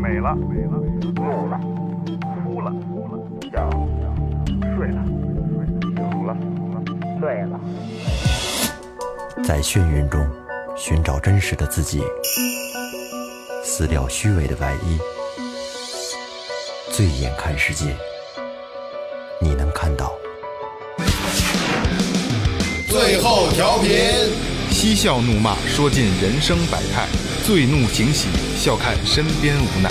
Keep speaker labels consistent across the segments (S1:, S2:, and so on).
S1: 美了，美了，怒了，哭了，哭了，笑了，睡了，睡了，醒了，醒了，醉了。
S2: 在眩晕中寻找真实的自己，撕掉虚伪的外衣，醉眼看世界，你能看到。
S3: 最后调频，
S4: 嬉笑怒骂，说尽人生百态；醉怒行喜，笑看身边无奈。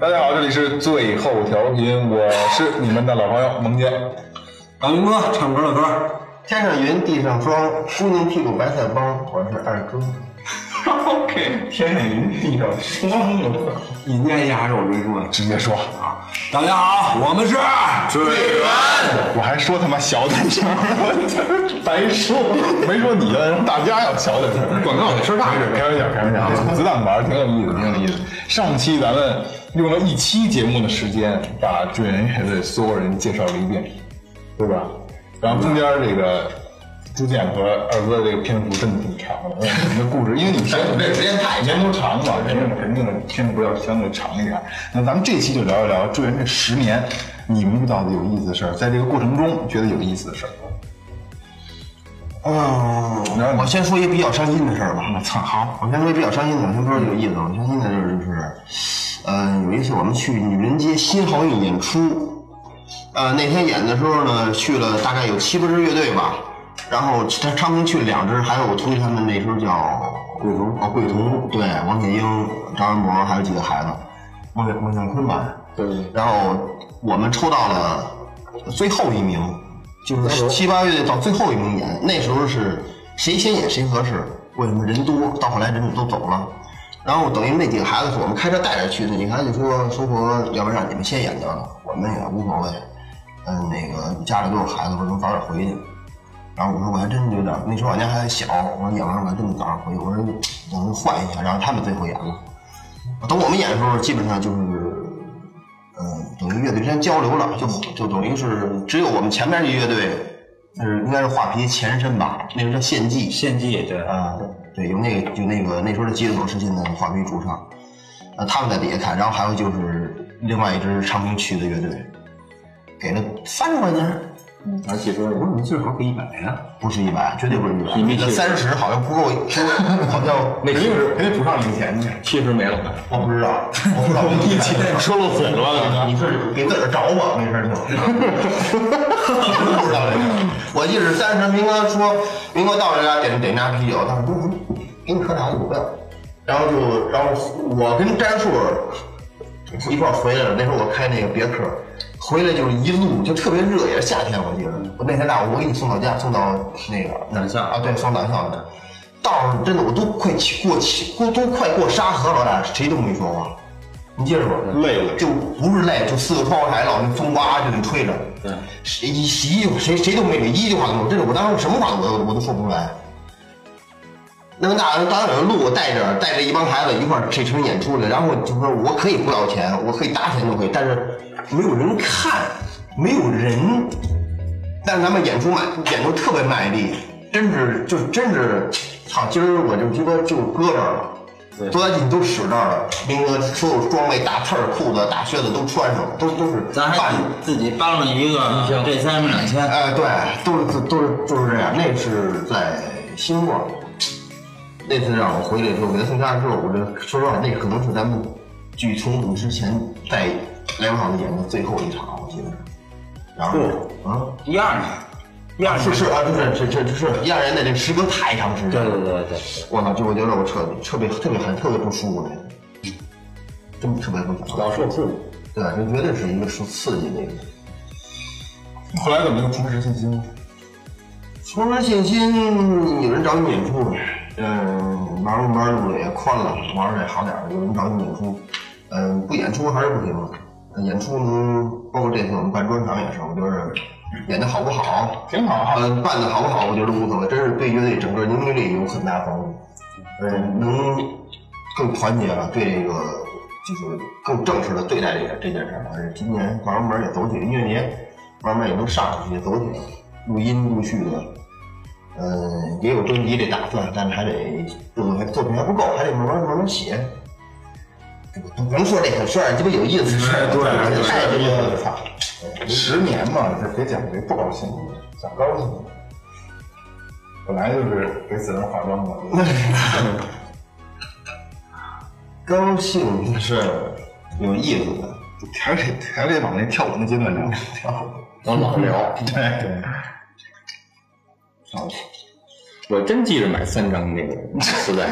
S5: 大家好，这里是最后调频，我是你们的老朋友萌姐。
S6: 老明哥唱歌的歌，
S7: 天上云，地上霜，姑娘屁股白菜帮，我是二哥。
S6: OK，天上云，地上霜，你念一下还是我追说呀？
S5: 直接说，
S6: 大家好，我们是
S5: 我还说他妈小点声儿，我白说，没说你的，大家要小点声儿。
S4: 广告得声大
S5: 没事，开玩笑，开玩笑，子弹玩儿挺有意思，挺有意思。上期咱们用了一期节目的时间，把追人乐队所有人介绍了一遍，对吧？然后中间这个朱建和二哥这个篇幅真的挺长的， 你的故事，因为你们准备时间太年头长嘛，肯定肯定篇幅要相对长一点。那咱们这期就聊一聊追人这十年，你们遇到的有意思的事儿，在这个过程中觉得有意思的事儿。
S7: 嗯，
S5: 然后你
S7: 我先说一个比较伤心的事儿吧。
S5: 我嗯操，好，
S7: 我先说一个比较伤心的，我先说有意思的。我伤心的就是就是，呃，有一次我们去女人街新好运演出，呃，那天演的时候呢，去了大概有七八支乐队吧，然后他他们去两支，还有我同学他们那时候叫桂童哦，桂童，对，王铁英、张文博，还有几个孩子，孟孟向坤吧，
S5: 对对对。
S7: 然后我们抽到了最后一名，就是七八月到最后一名演。那时候是谁先演谁合适，为什么人多？到后来人都走了。然后等于那几个孩子是我们开车带着去的，那几个孩子就说说说，要不然让你们先演得了，我们也无所谓。嗯，那个家里都有孩子，我说能早点回去。然后我说我还真有点，那时候俺家还小，我说演完我还真得早点回去。我说我们换一下，然后他们最后演了。等我们演的时候，基本上就是嗯，等于乐队之间交流了，就
S6: 嗯
S7: 就等于是只有我们前面这乐队，那是应该是画皮前身吧，那时候叫献祭，
S6: 献祭，对
S7: 啊，对，有那个有那个那时候的吉他手是现在的画皮主唱，呃，他们在底下看，然后还有就是另外一支昌平区的乐队，给了三十块钱，
S5: 而且说
S6: 我说你最好给一百呀，
S7: 不是一百，绝对不是一百，
S6: 你没去
S7: 那三十好像不 够，好像
S5: 肯定是肯定不上零钱去，
S6: 七十没了，
S7: 我不知道，我 不知道，
S5: 说漏嘴了吧？
S7: 你是给自个儿找我，没事儿就。 不知道这个，我记得三十，明哥说，明哥到我这家点点拿啤酒，他说不不，给你喝茶就不要。然后就，然后我跟詹树一块儿回来了。那时候我开那个别克，回来就是一路就特别热，也是夏天，我记得。我那天大午我给你送到家，送到那个
S6: 南下
S7: 啊，对，送南校的。道上真的我都快骑过骑过都快过沙河了，我俩谁都没说话。你记着吧，
S5: 累了
S7: 就不是累，就四个窗户台老那风哇就得吹着，
S6: 对
S7: 谁一洗衣服谁谁都没理，一句话都没有，真的我当时什么话我都我都说不出来。那个大大老远路，我带着带着一帮孩子一块儿这城演出来，然后就说我可以不要钱，我可以搭钱就可以，但是没有人看，没有人，但是咱们演出卖演出特别卖力，真是就真是，操，今儿我就鸡巴就搁这儿了，多大劲都使这儿了，那个所有装备大刺儿、裤子、大靴子都穿上了，都都是
S6: 咱还
S7: 半
S6: 自己帮了一个，这三万两千，
S7: 哎，对，都是都是就是这样。那是在新冠，那次让我回来之后，给他送家之后，我这说实话，那可能是咱们剧从你之前在莱茵场演的最后一场，我记得是。然后啊，
S6: 一二年，一二
S7: 是
S6: 年，
S7: 是啊，是是是是是，一二年的这时隔太长时间
S6: 对
S7: 了。
S6: 对对对，
S7: 我操，就我觉得我彻底特别特别很特别不舒服那个，真特别不舒服。
S5: 老受刺激。
S7: 对，这绝对是一个受刺激的一个。
S5: 后来怎么又重拾信心了？
S7: 重拾信心，有人找你演出了，嗯，玩儿玩儿路也宽了，玩的也好点儿了，有人找你演出，嗯，不演出还是不行了。演出呢，包括这次我们办专场也是，我觉得演的好不好，
S5: 挺好啊，
S7: 嗯，办的好不好，我觉得无所谓，真是对乐队整个凝聚力有很大帮助，嗯，能更团结了，对这个就是更正式的对待这个这件事儿了。而且今年玩儿玩儿也走起了音乐节，慢慢也都上去也走起来了，录音陆续的，嗯，也有专辑这打算，但是还得作品还作品还不够，还得慢慢慢慢写。不不能说这个事儿，鸡巴有意思，
S5: 对对
S7: 太这个
S5: 对
S7: 操，
S5: 十年嘛，就别讲这不高兴，讲高兴的。本来就是给死人化妆的，
S7: 高兴的是有意思的。
S5: 还得还得往那跳舞那阶段聊跳舞。
S7: 咱老聊，
S5: 对对，
S6: 我真记着买三张那个磁 带，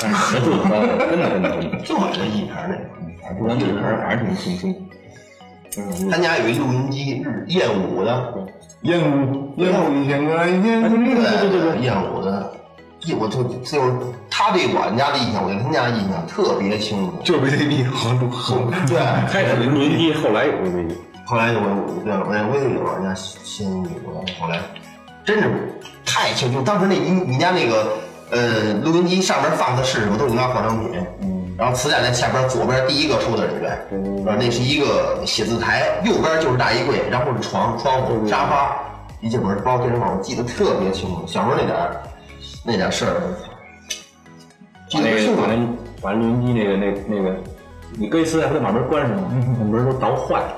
S6: 但是尺度高，真的真的真的，
S7: 就我这一盘儿
S6: 还不然这人还是挺轻松。
S7: 那，他家有一录音机，日燕舞的，
S5: 烟雾烟雾一天来烟雾，
S7: 燕舞的，一我就就是他对我们家的印象，我对他家印象特别清楚。
S5: 就是 VCD 和录和
S7: 对，
S6: 开始录音机，后来有这个
S7: 后来我我对我在微里我家先我后来真是太清楚，当时那你你家那个呃录音机上面放的是什么，都是你妈化妆品。嗯。然后磁带在下边左边第一个收的人员，然后那是一个写字台，右边就是大衣柜，然后是床、窗户、沙发，一进门包健身房，我记得特别清楚。小时候那点儿那点儿事儿，记得
S6: 那
S7: 清楚
S6: 个把。那把录音机那个那那个，你搁一磁带不得把门关上吗？那门都凿坏了，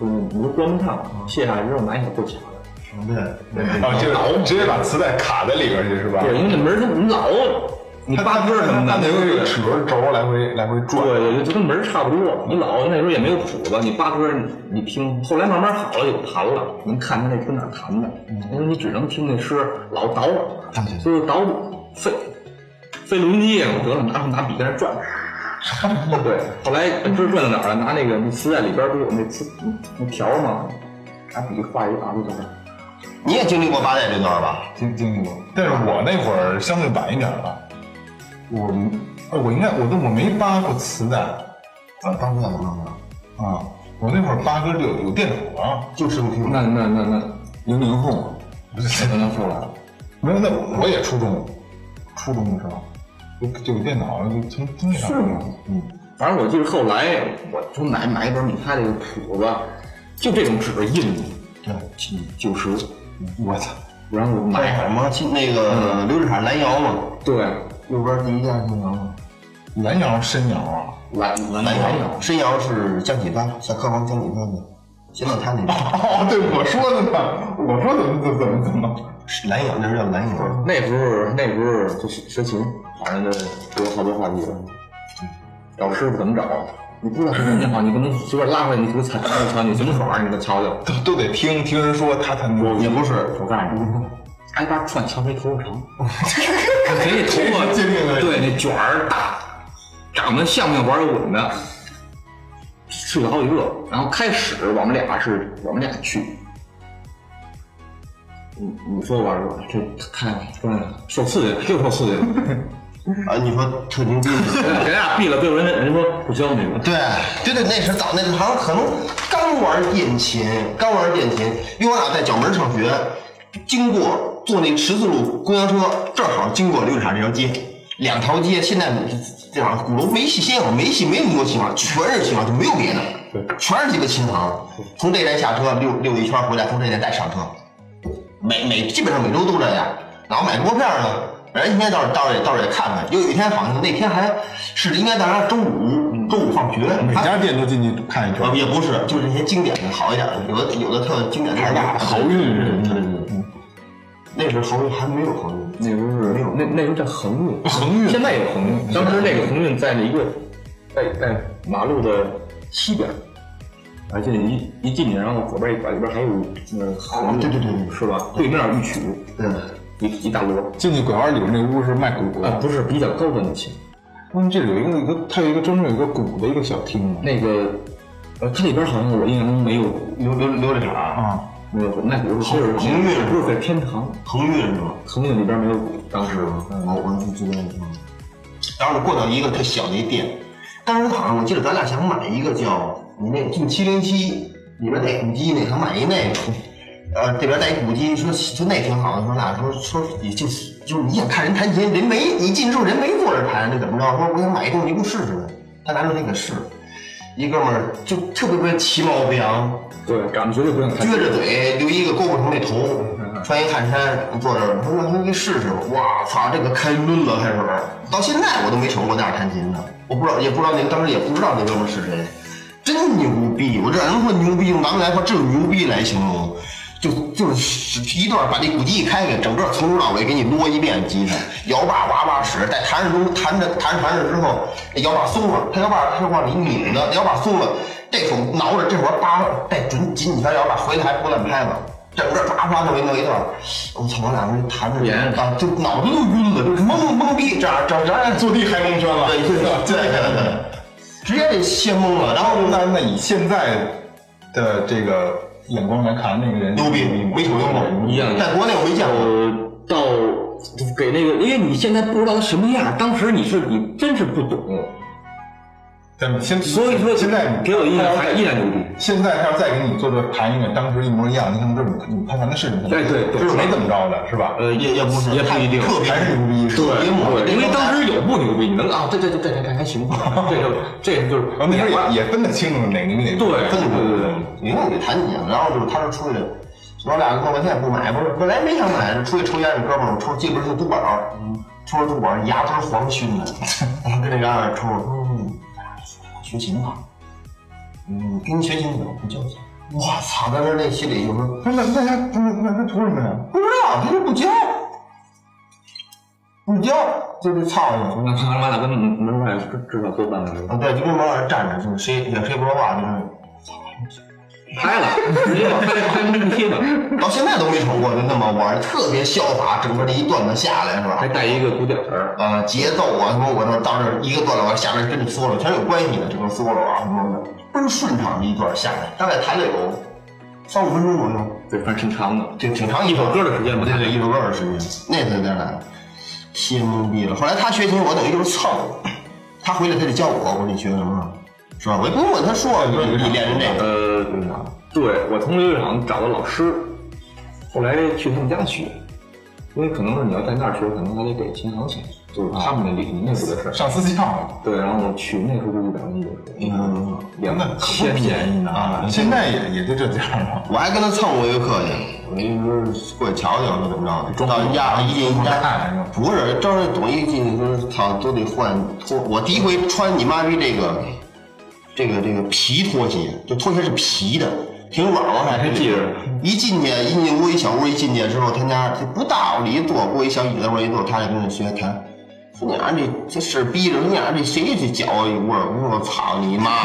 S6: 就是你都关不上了。卸下来之后拿一小布卡着，
S7: 对对对
S5: 啊，就是直接把磁带卡在里边去是吧？
S6: 对，因为那门它老，啊你扒
S5: 不
S6: 根
S5: 是
S6: 儿什么
S5: 它
S6: 的，
S5: 得有
S6: 对
S5: 一个齿轴来回来回转。
S6: 对对，就跟门儿差不多。你老那时候也没有谱子，你扒歌儿你听，后来慢慢好了有弹了，能看他那跟哪儿弹的，因为你只能听那诗，老倒
S7: 对，
S6: 就是倒费费录音机，我得了，拿拿笔在那转。对，后来你知道转到哪儿了？拿那个那磁带里边儿不是有那磁那条儿吗？拿笔画一个啊 R 字头。
S7: 你也经历过八代这段吧？
S5: 经经历过，但是我那会儿相对晚一点吧，我呃我应该我都我没扒过磁带
S7: 啊，当时怎么弄的？
S5: 啊，我那会儿扒歌就有有电脑啊了，
S7: 就是录屏幕
S6: 那那那那零零后，零零后了。
S5: 没有那我我也初中，初中的时候就就有电脑了，就从从那上
S6: 是吗？
S5: 嗯，
S6: 反正我记得后来我就买买一本米开这个谱子，就这种纸印的，对，七九十，
S5: 我操，
S6: 然后我
S7: 那
S6: 买
S7: 会儿嘛，进那个刘志产蓝瑶嘛，
S6: 对，
S7: 右边第一家新瑶嘛，
S5: 蓝瑶深瑶啊，
S6: 蓝蓝
S7: 蓝
S6: 蓝
S7: 瑶，深瑶是江启发，小客房江启发的，现在他那个
S5: 哦，对我说的呢，我说怎么怎么怎么怎么，
S7: 是蓝瑶，那是叫蓝瑶，
S6: 那时候那时候就学学琴，反正就有好多话题了。找师傅怎么找？你不知道什么好，你不能随便拉回来，你给我踩踩一瞧，你什么手腕儿你给我瞧瞧。
S5: 都都得听听人说他才能，
S6: 也不是，我告诉你，挨巴串瞧谁头发长， 谁头 发
S5: 这是经历哦了
S6: 对那卷儿大，长得像不像玩摇滚的？去了好几个，然后开始我们俩是我们俩去，你你说玩摇滚这看嗯受刺激又受刺激 了，
S7: 啊，你说特牛逼，
S6: 咱俩闭了被人人说不教你了，
S7: 对对对，那是早那好像可能刚玩电琴，刚玩电琴，因为我俩啊在角门上学，经过坐那十字路公交车，正好经过刘志产这条街，两条街现在这好像鼓楼没戏，现在我没戏，没那么多琴行，全是琴行，就没有别的，全是几个琴行。从这站下车溜溜一圈回来，从这站再上车，每每基本上每周都这样。然后买拨片呢，人一天到到这到这也看看。又有一天好像那天还是应该大家周五周五放学，
S5: 每
S7: 他
S5: 嗯家店都进去看一圈
S7: 呃，也不是，就是那些经典的好一点的，有的有的特经典的还
S6: 啊
S7: 大
S5: 好运是吧
S7: 对对对对，那时候好运还没有好运，
S6: 那时候是那那时候叫 横运，
S5: 恒运
S6: 现在有鸿运，当时那个鸿运在那一个在在马路的西边儿，而且一一进去，然后左边一拐，里边还有那横运，
S7: 对对对对
S6: 是吧？对面一曲
S7: 嗯。
S6: 一一大摞，
S5: 进去拐弯里边那屋是卖鼓的，
S6: 啊，不是比较高端的琴，
S5: 他们这里有一个一个，它有一个专门有一个鼓的一个小厅嘛。
S6: 那个呃，它里边好像我印象中没有
S7: 琉琉琉璃厂，
S5: 啊，
S6: 没有那不是就是
S7: 鸿运
S6: 不是在天堂，
S7: 恒运是吗？
S6: 横运里边没有鼓，当时
S7: 我我就知道了。然后过到一个特小的一店，当时好像我记得咱俩想买一个叫你那进七零七里边带鼓机那，想买一那个，呃，这边带一鼓机，说说那挺好的，说俩说说也就是就是你想看人弹琴，人没你进之后人没坐这弹，这怎么着？说我想买一东西，你给我试试呗。他拿着那个试，一哥们儿就特别特别其貌不扬，
S6: 对，赶绝对不想看。
S7: 撅着嘴留一个勾不成那头，穿一汗衫坐这儿，他说那你试试，哇操，这个开抡了开始，到现在我都没瞅过那样弹琴的，我不知道也不知道那当时也不知道那哥们儿是谁，真牛逼！我这能说牛逼，用咱们来说只有牛逼来形容，就就是一段把那鼓机一开开，整个从头到尾给你摞一遍吉他，摇把哇哇使，在弹着中弹着弹着弹着之后，那摇把松了，他摇把是往里拧的，摇把松了。这手挠着，这会儿扒拉，带准紧紧张摇把，回来还拨乱拍子，整个唰唰弄一弄一段，我操，我俩人弹着
S6: 连
S7: 啊，就脑子都晕了，就是懵懵逼，这样这样这样
S5: 坐地还蒙圈了，
S7: 对对对对对，直接给切懵了，然后
S5: 那那以现在的这个眼光来看，那个人
S7: 牛逼，没瞅用过，
S6: 一样
S7: 在国内我没见过，
S6: 呃，到给那个，因为你现在不知道他什么样，当时你是你真是不懂，
S5: 但现
S6: 所以说
S5: 现在
S6: 嗯给我印象还依然牛逼。
S5: 现在他要再给你做这弹一个当时一模一样，你可能这么你他弹的是什么？
S6: 对对对
S5: 就是没怎么着的是吧？
S6: 呃，
S7: 也也不是
S6: 也不一定，
S7: 特别
S5: 还是牛逼是吧
S7: 对
S6: 对，因为当时有不牛逼，你能啊，这这这这这还行， 这就这就是
S5: 然后那时候也也分得清楚哪个哪个
S6: 对
S7: 分
S6: 对
S7: 不
S6: 对对，
S7: 你看我这弹琴，然后就是他说出去，我俩弄半天也不买，不是本来没想买，出去抽烟，这哥们儿抽鸡巴是赌本儿，
S5: 嗯
S7: 抽着赌本儿牙根儿黄熏的， 然后跟那嘎达抽，嗯，学琴吧，嗯，跟你学琴吧，你教我教。我操！当时那心里就说
S5: 那那那他那那那图什么呀？
S7: 不知道，他就不教，不教，就是操你！
S6: 那他妈的跟门外至少多半个
S5: 嗯
S7: 啊，对，就跟门外站着，就是谁也谁不说话，就是
S6: 拍了，直接把拍拍懵逼了，
S7: 到现在都没瞅过就那么玩儿，特别潇洒，整个这一段子下来是吧？
S6: 还带一个鼓点儿，
S7: 呃，节奏啊，什么我这到这儿一个段落，下面跟着 solo 全是有关系的，这个 solo 啊什么的，倍儿顺畅一段下来，大概弹了有三五分钟左右，
S6: 对，反正挺长的。
S7: 挺挺长一首
S6: 歌的时间吧
S7: 对对，一首歌的时间，那才在哪？心懵逼了。后来他学琴，我等于就是蹭，他回来他得教我，我说你学什么，是吧？我也不用问他说，我说你练成这个，
S6: 呃，对我从游乐场找的老师，后来去他们家学，因为可能是你要在那儿学，可能还得给琴行钱，就是他们的礼那时候的事儿。
S5: 上私教了，
S6: 对，然后我去那时候就一百块钱，
S7: 嗯，
S6: 两
S5: 那可不便宜呢啊！现在也也就这价了。
S7: 我还跟他蹭过一个课去，我那时候过去瞧瞧，说怎么着的，到人家一进人家
S5: 看是吧
S7: 不是，张是董一进说操都得换拖，我第一回穿你妈逼这个这个这个皮拖鞋，这拖鞋是皮的，挺软和，还
S6: 还记着
S7: 一进去，一进屋一小屋一进去之后，他家就不大，我一坐，给我一小椅子往一坐，他就跟着学弹。说你俺这这事儿逼着，说你俺这谁去搅我一屋儿？我说我操你妈！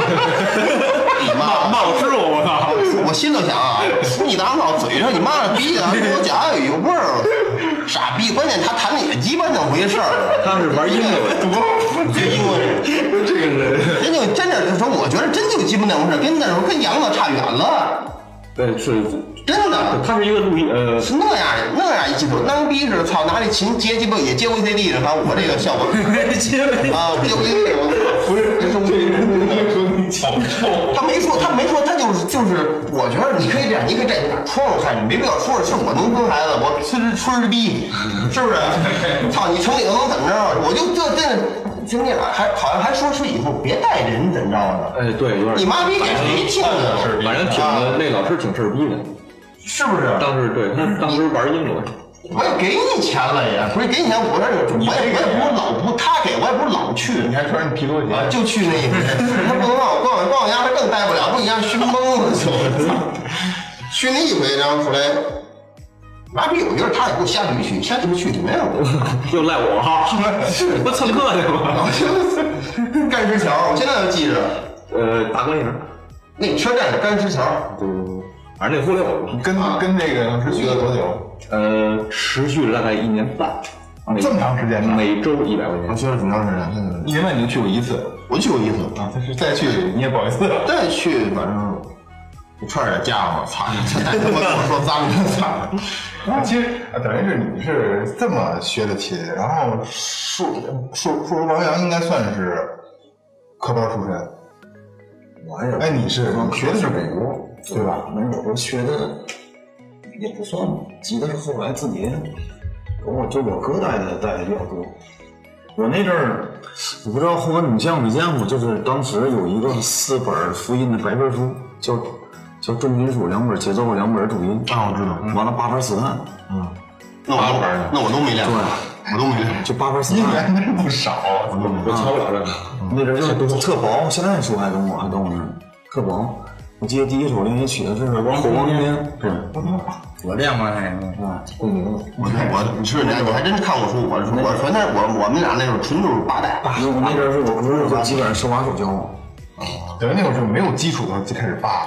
S7: 你妈！
S5: 我师傅，我操！
S7: 我心都想啊，你拿到嘴上，你妈的 逼的，跟我讲有味儿，傻逼！关键他弹的也鸡巴那回事儿，
S6: 他是玩音乐的，
S7: 这英文，
S6: 这个人，
S7: 真就真的是说，我觉得真就鸡巴那回事儿，跟那时候跟杨子差远了，
S6: 对，是，
S7: 真的。
S6: 他是一个录音，呃，
S7: 是那样的，那样一镜头，当逼似的，操，拿那琴接鸡巴也接 VCD 的，反正我这个效果啊，接 VCD 我不是，这是
S5: 说你抢臭，
S7: 他没说，他没说，他就是就是，我觉得你可以这样，你可以站你打窗户看，你没必要说是我农村孩子，我村儿村儿逼，是不是？操，你城里头能怎么着？我就这这经历了，还好像还说是以后别带人怎么着的，
S6: 哎，对，有点。
S7: 你妈逼给谁听啊？
S6: 反正挺那老师挺事儿逼的，
S7: 是不是？
S6: 当时对他当时玩音乐，
S7: 我也给你钱了也，不是给你钱，我这我也我也不是老不他给我也不是老去，
S5: 你还穿着皮拖
S7: 啊，
S5: 鞋，
S7: 就去那一回，他不能让我逛逛我家，他更待不了，不一样熏懵了就。去那一回，然后后来，麻痹，我觉得他也不瞎驴去，瞎驴去里没有。
S6: 又赖我哈， 我蹭课去吧。
S7: 干石桥，我现在都记着，
S6: 呃，大观园，
S7: 那车站是干石桥，
S6: 对对对，反正那塑料，
S5: 跟
S7: 啊
S5: 跟这个老师学了多久？
S6: 呃，持续了大概一年半，啊每
S5: 这么长时间呢？
S6: 每周一百块
S7: 我
S6: 钱。
S7: 去了挺长时间，现在
S5: 一年半你就去过一次
S7: 我去过一次，
S5: 啊？但是再去你也不好意思。
S7: 再去反正我串点家伙，操，这他妈跟我说脏的，操。
S5: 啊， 其实啊，等于是你是这么学的琴，然后数数数学王阳应该算是科班出身。
S6: 我也
S5: 哎，你是你学的是美国对吧？
S8: 没有，我学的也不算吧，吉他是后来自己跟我就我哥带的带的比较多。我那阵儿，我不知道后边你们见过没见过，就是当时有一个四本儿复印的白皮书，叫叫重金属两本儿节奏，两本儿主音
S7: 啊我知道
S8: 完了八盘磁带，
S7: 那我都那我都没练过，我都没练过。
S8: 就 八盘磁
S5: 音
S8: 带，
S5: 源真不少，啊我瞧不了这个。
S8: 那阵儿就是特薄，现在书还跟我还跟我那儿特薄。我记得第一首练习曲的是《火光之巅》，对，
S9: 我练过那个，
S7: 我那我你是你还你还真看过书，我是我全那我我们俩那时候纯就是八代，
S8: 因为我那阵儿是我哥就基本上手把手教我。
S5: 对，那会儿是没有基础的就开始扒，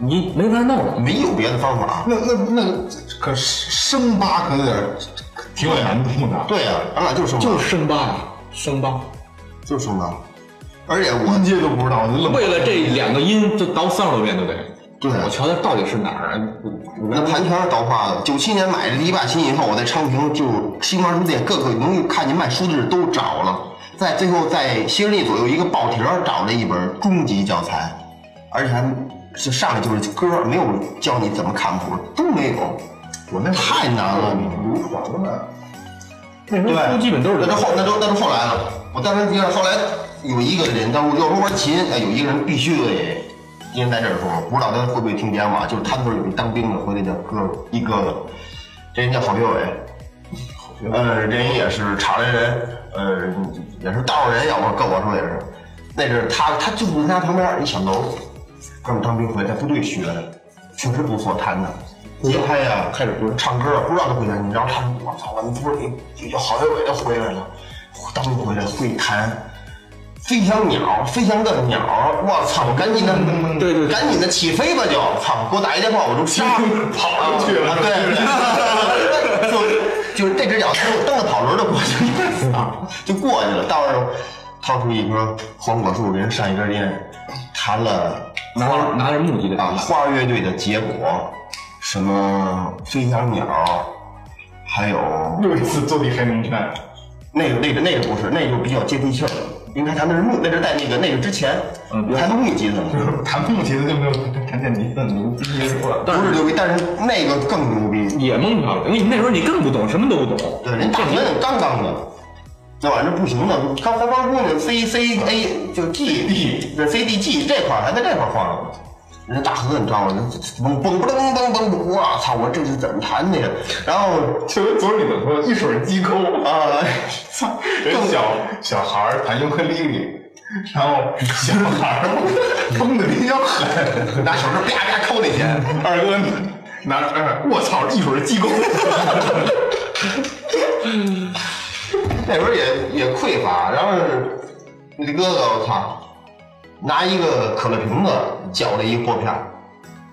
S8: 你没法弄了，
S7: 没有别的方法。
S5: 那那那可生扒可有点儿挺有难度的。
S7: 对呀、咱俩就是
S5: 哦
S7: 就
S6: 生八呀，生八。
S7: 就是生钢，而且我
S5: 音阶都不知道，就愣
S6: 为了这两个音，就倒三十多遍都得。
S7: 对
S6: 我瞧瞧到底是哪儿啊？我
S7: 那盘全是倒挂的。九七年买了一把琴以后，我在昌平就新华书店各个能看见卖书的地儿都找了，在最后在西直利左右一个报亭儿找了一本中级教材，而且还是上来就是歌儿，没有教你怎么看谱，都没有，
S5: 我那
S7: 太难了。
S5: 流传了。
S7: 对，
S6: 基本都是
S7: 那都后那都那都后来了。我当时觉得后来有一个人，当时要说玩琴，哎，有一个人必须得，今天在这儿说，不知道他会不会听见嘛？就是他们那儿有一当兵的回来的哥，一哥哥，这人叫郝学伟，呃，这人也是厂里人，呃，也是道上人，要我跟我说也是，那是他他就住他家旁边一小楼，哥们儿当兵回来在部队学的，确实不错弹的。节拍呀、开始唱歌，不知道他会弹琴。然后他说：“我操，我们部队有郝学伟都回来了，当兵回来会弹飞翔鸟，飞翔的鸟，我操，赶紧的，对对，赶紧的起飞吧就，操，给我打一电话，我就杀 跑了去了，对对， 就就是这只鸟蹬蹬着跑轮儿就过去了，啊，就过去了，到时候掏出一根黄果树，给人上一根烟，弹了。”
S6: 拿着拿着木吉
S7: 啊，
S6: 他，
S7: 花儿乐队的结果，什么飞翔鸟，还有
S5: 又一次坐地黑名单，
S7: 那个那个那个不是，那个就比较接地气儿了，因为他那是木，那是在那个那个之前，还是木吉他呢，
S5: 就是弹木琴的就没有弹电吉的牛逼了。
S7: 不是牛逼，但是那个更牛逼，
S6: 也蒙圈了。因为那时候你更不懂，什么都不懂。
S7: 对，人大学那杠杠的，那玩意儿不行的，刚才刚姑娘 C C A 就 G D 这 C D G 这块儿还在这块儿晃呢。人家大河你知道吗？嘣嘣嘣嘣嘣嘣！我操！我这是怎么弹的呀？然后
S5: 就昨儿你们说一水鸡抠，
S7: 啊，
S5: 操！人小小孩儿弹尤克里里，然后小孩儿 蹦的比较狠，
S7: 拿手指啪啪抠那弦。
S5: 二哥拿哎，我操，一水鸡抠。
S7: 那时候也也匮乏，然后那哥哥我操，拿一个可乐瓶子搅了一拨片儿，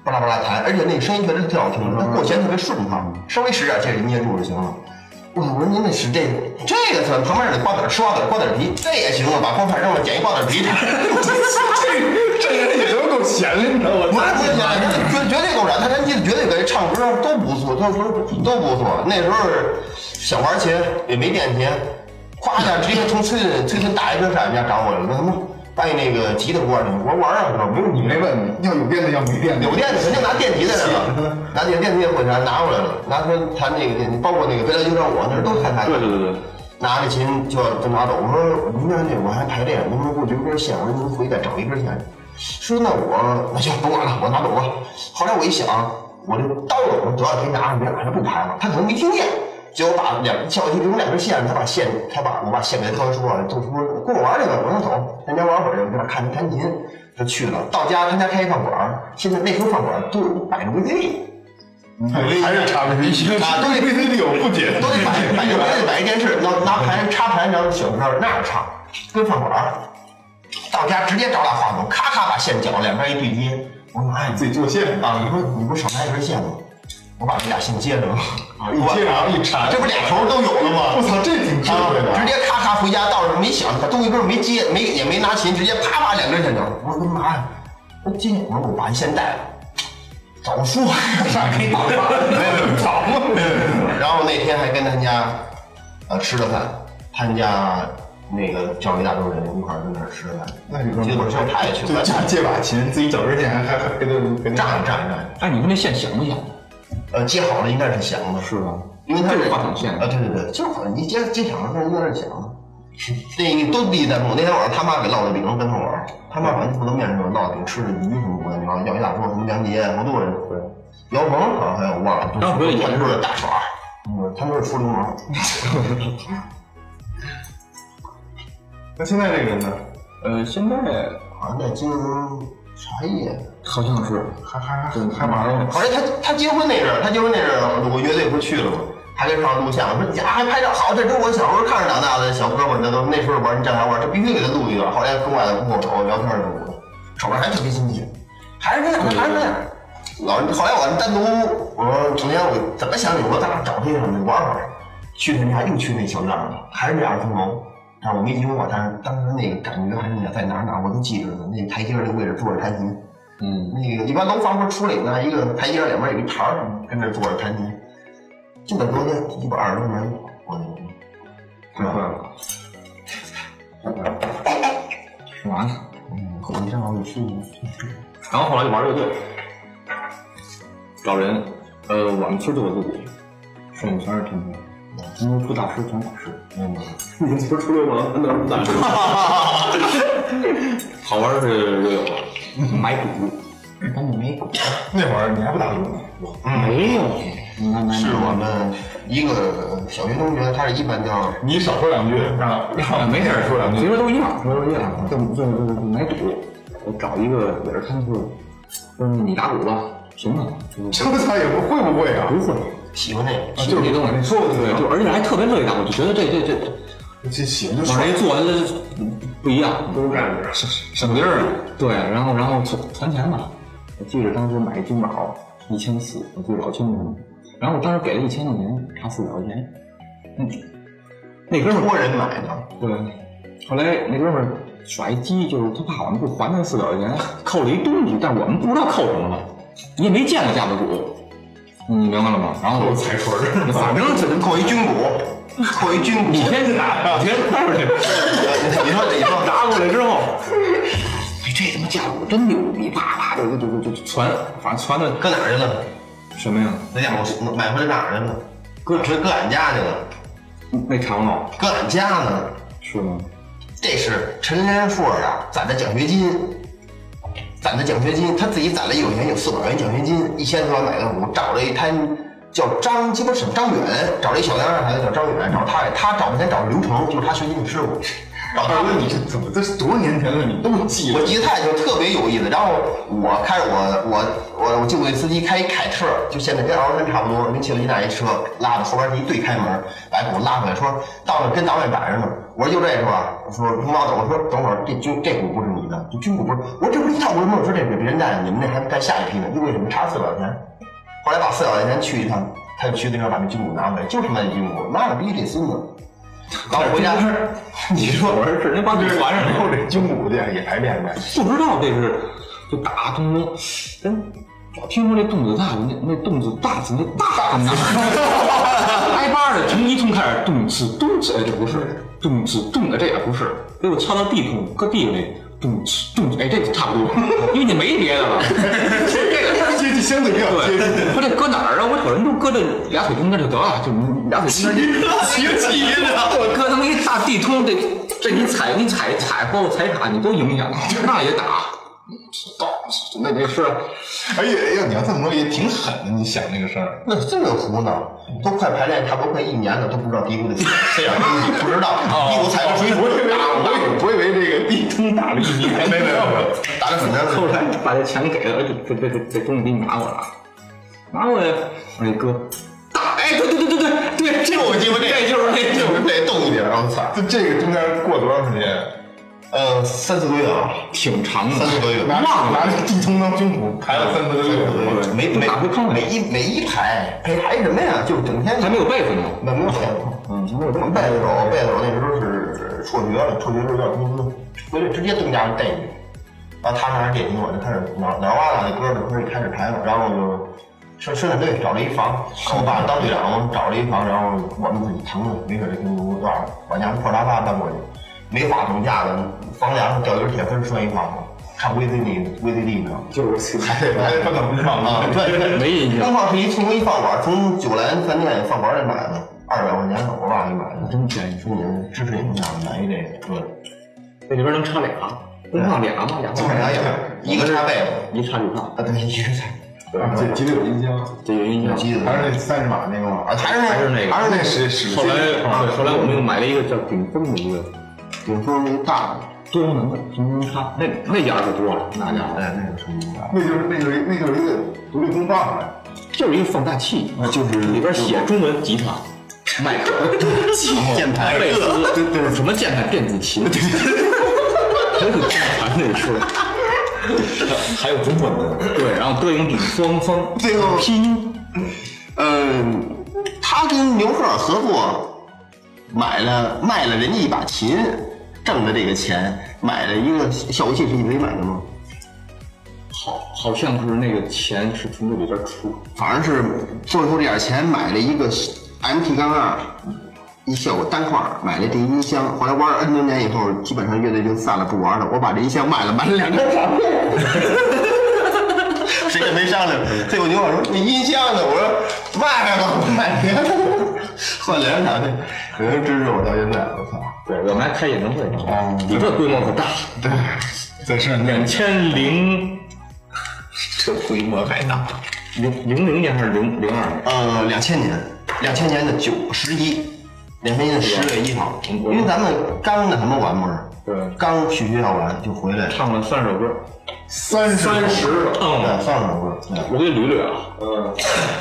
S7: 巴拉巴拉弹，而且那个声音确实挺好听的，它过弦特别顺畅，稍微使点劲儿捏住就行了。我操！我说您那使这个，这个算旁边得瓜子，吃瓜子瓜子皮，这也行啊，把光盘扔了捡一瓜子皮。
S5: 这人也都够闲的，你知道吗？
S7: 不是不是，绝绝对够燃，他人家绝对给唱歌都不错，都说都不错。那时候想玩琴也没电琴，咵一下直接从崔崔崔打一车上人家找我了，那他妈把你那个吉他给我，我说玩啊，我说不用你
S5: 你没问要有电的要没电的
S7: 有，电的肯定拿电吉他来了，拿电电吉他混啥拿过来了，拿它弹那个包括那个《飞来就让我》那都弹弹。
S6: 对对对对，
S7: 拿着琴就要就拿走。我说您这这我还排练，能不能给我留根线？我说您回去再找一根线。说那我那行甭管了，我拿走吧。后来我一想，我这刀我得了，给拿上，别晚上不排了。他可能没听见，结果把两叫我一留两根线，他把线他把我把线给掏出来，就说跟我玩去吧。我说走，咱家玩会儿去，我给他看他弹琴。他去了，到家他家开一饭馆儿，现在那时候饭馆儿都有摆着嗯 VCD。
S5: 还是查不清。
S7: 啊
S5: 对
S7: 对
S5: 对对，有不解。
S7: 都得买买个买买一电视，拿拿盘插盘，然后选歌那儿唱，跟饭馆儿。到家直接找俩话筒，咔咔把线绞，两边一对接。我说妈呀，你
S5: 自己做线
S7: 啊！你说你不少拿一根线吗？我把这俩线接上了，
S5: 你啊接着然后一
S7: 我
S5: 缠，
S7: 这不俩头都有了吗？
S5: 我操，这挺智慧的。啊
S7: 直接咔咔回家，到时候没想，把东西根本没接，没也没拿琴，直接啪啪两根线就。我说妈呀！我说今天我说我把线带了，找书啥可以找吧？没有找嘛。然后那天还跟他家呃吃了饭，他们家那个叫了一大桌人一块儿跟那儿吃了饭。
S5: 那你说
S7: 结果上他也去
S5: 就
S7: 了，
S5: 借借把琴，自己找根线，还还还给他给他
S7: 站着站着站着，
S6: 哎，你说那线响不响？
S7: 呃，接好了应该是响的，
S5: 是吧？
S7: 因为它
S6: 就是放响线
S7: 啊，对对对，就是好像你接接响的时候应该是响的。那个都历历在目。那天晚上他妈给烙的饼跟他玩儿，他妈晚上不能面说烙的饼吃的鱼什么的，你知道要一大桌什么梁杰、胡杜人，姚鹏好像还有忘了，
S6: 张鹏也
S7: 他就是大耍，嗯，他就是出流氓。
S5: 那现在这个人呢？
S6: 呃，现在
S7: 好像在经营茶叶，
S5: 好像是还还还嗯还玩了。
S7: 好像他他结婚那阵儿，他结婚那阵儿，我乐队不是去了吗？还给放录像，说呀还拍照好，这是我小时候看着长大的小哥们儿，这都那时候玩你站台玩，这必须给他录一段。后来跟我俩跟我瞅聊天儿什么的，瞅着还特别亲切，还是这样，还是这样。老后来我单独，我说昨天我怎么想起我说咱俩找他什么玩会儿，去他家又去那小院儿了，还是那二层楼。但是我没经过，但是当时那个感觉还是在哪儿哪儿我都记着呢。那台阶儿那位置坐着弹琴，
S5: 嗯，
S7: 那个一般楼房不是出来那一个台阶儿两边有一台儿，跟那儿坐着弹琴，就得多天一百二十多年，我那个。
S5: 太坏了，
S6: 干嘛呢？
S7: 嗯，我这好像去
S6: 然后后来就玩乐队，找人。呃，我们村就我自己，是我们村是天天，因为出大师全老师，嗯， 你们村出流氓，那能出大师？好玩是啊都有，买鼓，
S5: 那会儿你还不打工呢，
S6: 没有，
S7: 是我们一个小学同学，他是一班教，
S5: 你少说两句，让让
S6: 没事儿
S5: 说两
S6: 其
S5: 句。
S6: 实都一样，都一样，就就就就买鼓，我找一个也是他们说，就是你打鼓吧，行了，
S5: 这他也不会不会啊？
S6: 不会，
S7: 喜欢那个。
S5: 就是
S6: 你跟我
S5: 说过
S6: 对，就而且还特别乐意打鼓，就觉得这这这。
S5: 这行就
S6: 往
S5: 是
S6: 这一坐，这不一样，
S5: 都干着，
S6: 省地儿了。对，然后然后存存钱吧，我记得当时买一君宝一千四，我记得老清楚了。然后我当时给了一千块钱，差四百块钱。嗯，那哥们
S7: 中
S6: 儿
S7: 国人买的，
S6: 对，后来那哥们儿耍一鸡，就是他怕我们不还他四百块钱，扣了一东西，但我们不知道扣什么了，你也没见过架子鼓，嗯你明白了吗？然后我
S5: 踩锤儿，
S6: 反正是
S7: 扣一军 鼓，扣一军鼓。
S6: 你先去打， 你先带出去。
S7: 你说你说，
S6: 拿过来之后，哎，这他妈架鼓真牛逼！啪啪就就就就传，反正传的
S7: 搁哪儿去了？
S6: 什么呀？
S7: 那家伙买回来哪儿去了？搁这搁俺家去了，
S6: 那长老
S7: 搁俺家呢。
S6: 是吗？
S7: 这是陈连硕啊，攒的奖学金，攒的奖学金，他自己攒了有钱有四百块钱奖学金，一千多买的股，找了一摊叫张鸡巴什么张远，找了一小男孩子叫张远，找他给他找不钱找刘成，就是他学习的师傅，找他
S5: 二哥，你这怎么这是多少年前了，你都记
S7: 我
S5: 得？
S7: 吉他就特别有意思。然后我开着我我我我就给司机开一凯特，就现在跟 L 三差不多，跟切诺基那一车拉的，后边是一对开门，把我拉回来，说到那跟党委摆着呢。我说就这是吧？我说龙老总，我说等会儿这军这股不是你的，这军股不是。我说这不是一套股吗？我说这是别人家的，你们这还干下一批呢，因为什么差四百块钱？后来把四百块钱去一趟，他就去那边把那军股拿回来，就他妈那军股，妈了逼这孙 子！然后回家，
S5: 你说
S6: 我是人家把你传上来，
S5: 后这军鼓去也排练呗？
S6: 不知道这是就打动作，人老哎听说这动子大，那那动子大怎么大 呢？挨巴的从一通开始，动次动次，哎，这不是动次动的，这也不是，给我敲到地上，搁地上那动次动次，哎，这个差不多，因为你没别的了，这个。
S5: 阶级相对比较 接近。
S6: 对，不是搁哪儿啊？我瞅人都搁这俩腿中间就得了，就俩腿中间。
S5: 骑骑着，
S6: 我搁他妈一大地通，这这你踩你踩踩包括踩卡你都影响，那也打，那得是
S5: 哎呀哎呀，你要这么说也挺狠的，你想那个事儿。
S7: 那真的胡闹，都快排练差不多快一年了，都不知道嘀咕的这样东西，不知道
S5: 哦
S7: 嘀咕踩个水
S5: 我以为
S7: 桶，
S5: 我以我以为这个地通打了 一年，没没有，
S7: 打个粉单
S6: 后
S7: 子。
S6: 来把这钱给了，这这这这东西给你拿过来，拿过来，哎哥，打，哎对对对对对对，这
S7: 我鸡巴这
S6: 这就是那
S7: 就是这动静，然后操，
S5: 就这个中间过多长时间？啊
S7: 呃，三四个月啊，
S6: 挺长的
S7: 三，四个月，
S5: 拿拿那地通当军鼓排了三分之六，
S7: 没没每一每一排陪排什么呀？就是整天
S6: 还没有被子呢。
S7: 那没嗯有钱，嗯，没有钱。背着走，背着走那时候是辍学了，辍学之后要工资，回去直接东家就逮你。然啊后他上这我就开始哪哪哇哪那歌就开始开始排了，然后就生生产队找了一房，我爸当队长找了一房，然后我们自己腾的，没事就跟屋往往家破沙发搬过去，没话筒架子，房梁上吊根铁丝拴一话筒，看威 z 利威 z 利上，
S5: 就是我去， 还
S7: 还
S5: 是
S7: 是
S5: 不可能上啊，！
S7: 啊 对，
S6: 没印象
S7: 刚好是一从一饭馆，从九兰饭店饭馆里买的，二百块钱我忘了买的，真便宜。说你们支持你们俩买一这个，对，
S6: 那里边能插俩，能放俩吗？俩
S7: 就看
S6: 俩
S7: 俩眼，一个插被子，
S6: 一插就上，
S7: 啊，对，一个插。
S5: 这记得有印象，
S6: 这有印象。
S7: 记得
S5: 还是那三十码那个吗？
S7: 啊，还是还
S6: 还是那个
S7: 还是那
S5: 是是
S6: 后来，对后来我们又买了一个叫顶峰的一个，
S7: 顶峰那个大的，
S6: 多功能的平衡插，那那家可多了，那家伙
S7: 哎，那个是一个
S5: 那就是那就是那就是一个独立工放来，
S6: 就是一个放大器，就是里边写中文吉他、麦克、
S7: 键盘
S6: 贝斯，对什么键盘电子琴，真是键盘那出来。
S8: 还有中文的，
S6: 对，然后德云顶峰峰，
S7: 最后拼音，嗯，他跟刘贺合作，买了卖了人家一把琴，挣的这个钱买了一个效果器，是一直买的吗？
S6: 好，好像是那个钱是从这里边出，
S7: 反正是最后这点钱买了一个 MT 杠二一效果单块儿，买了这一音箱。后来玩了 N 多年以后，基本上乐队就散了，不玩了。我把这一箱卖了，买了两张床垫。谁也没商量。最后牛老说：“那音箱呢？”我说：“卖了吧，卖了。”换两张床垫，有人支持我到现在，我操！
S6: 对我们还开演唱会呢，你这规模可大，
S5: 对，在市场
S6: 两千零
S5: 这规模还大，
S6: 零零零年还是零零二年？
S7: 呃，两千年，两千年的九十一，两千年的十月一号，因为咱们刚那什么完不是？
S6: 对
S7: 刚去学校完就回来，
S6: 唱了三十首歌，
S5: 三十
S6: 三十，嗯，
S7: 对，算了不是？对
S6: 我给捋捋啊，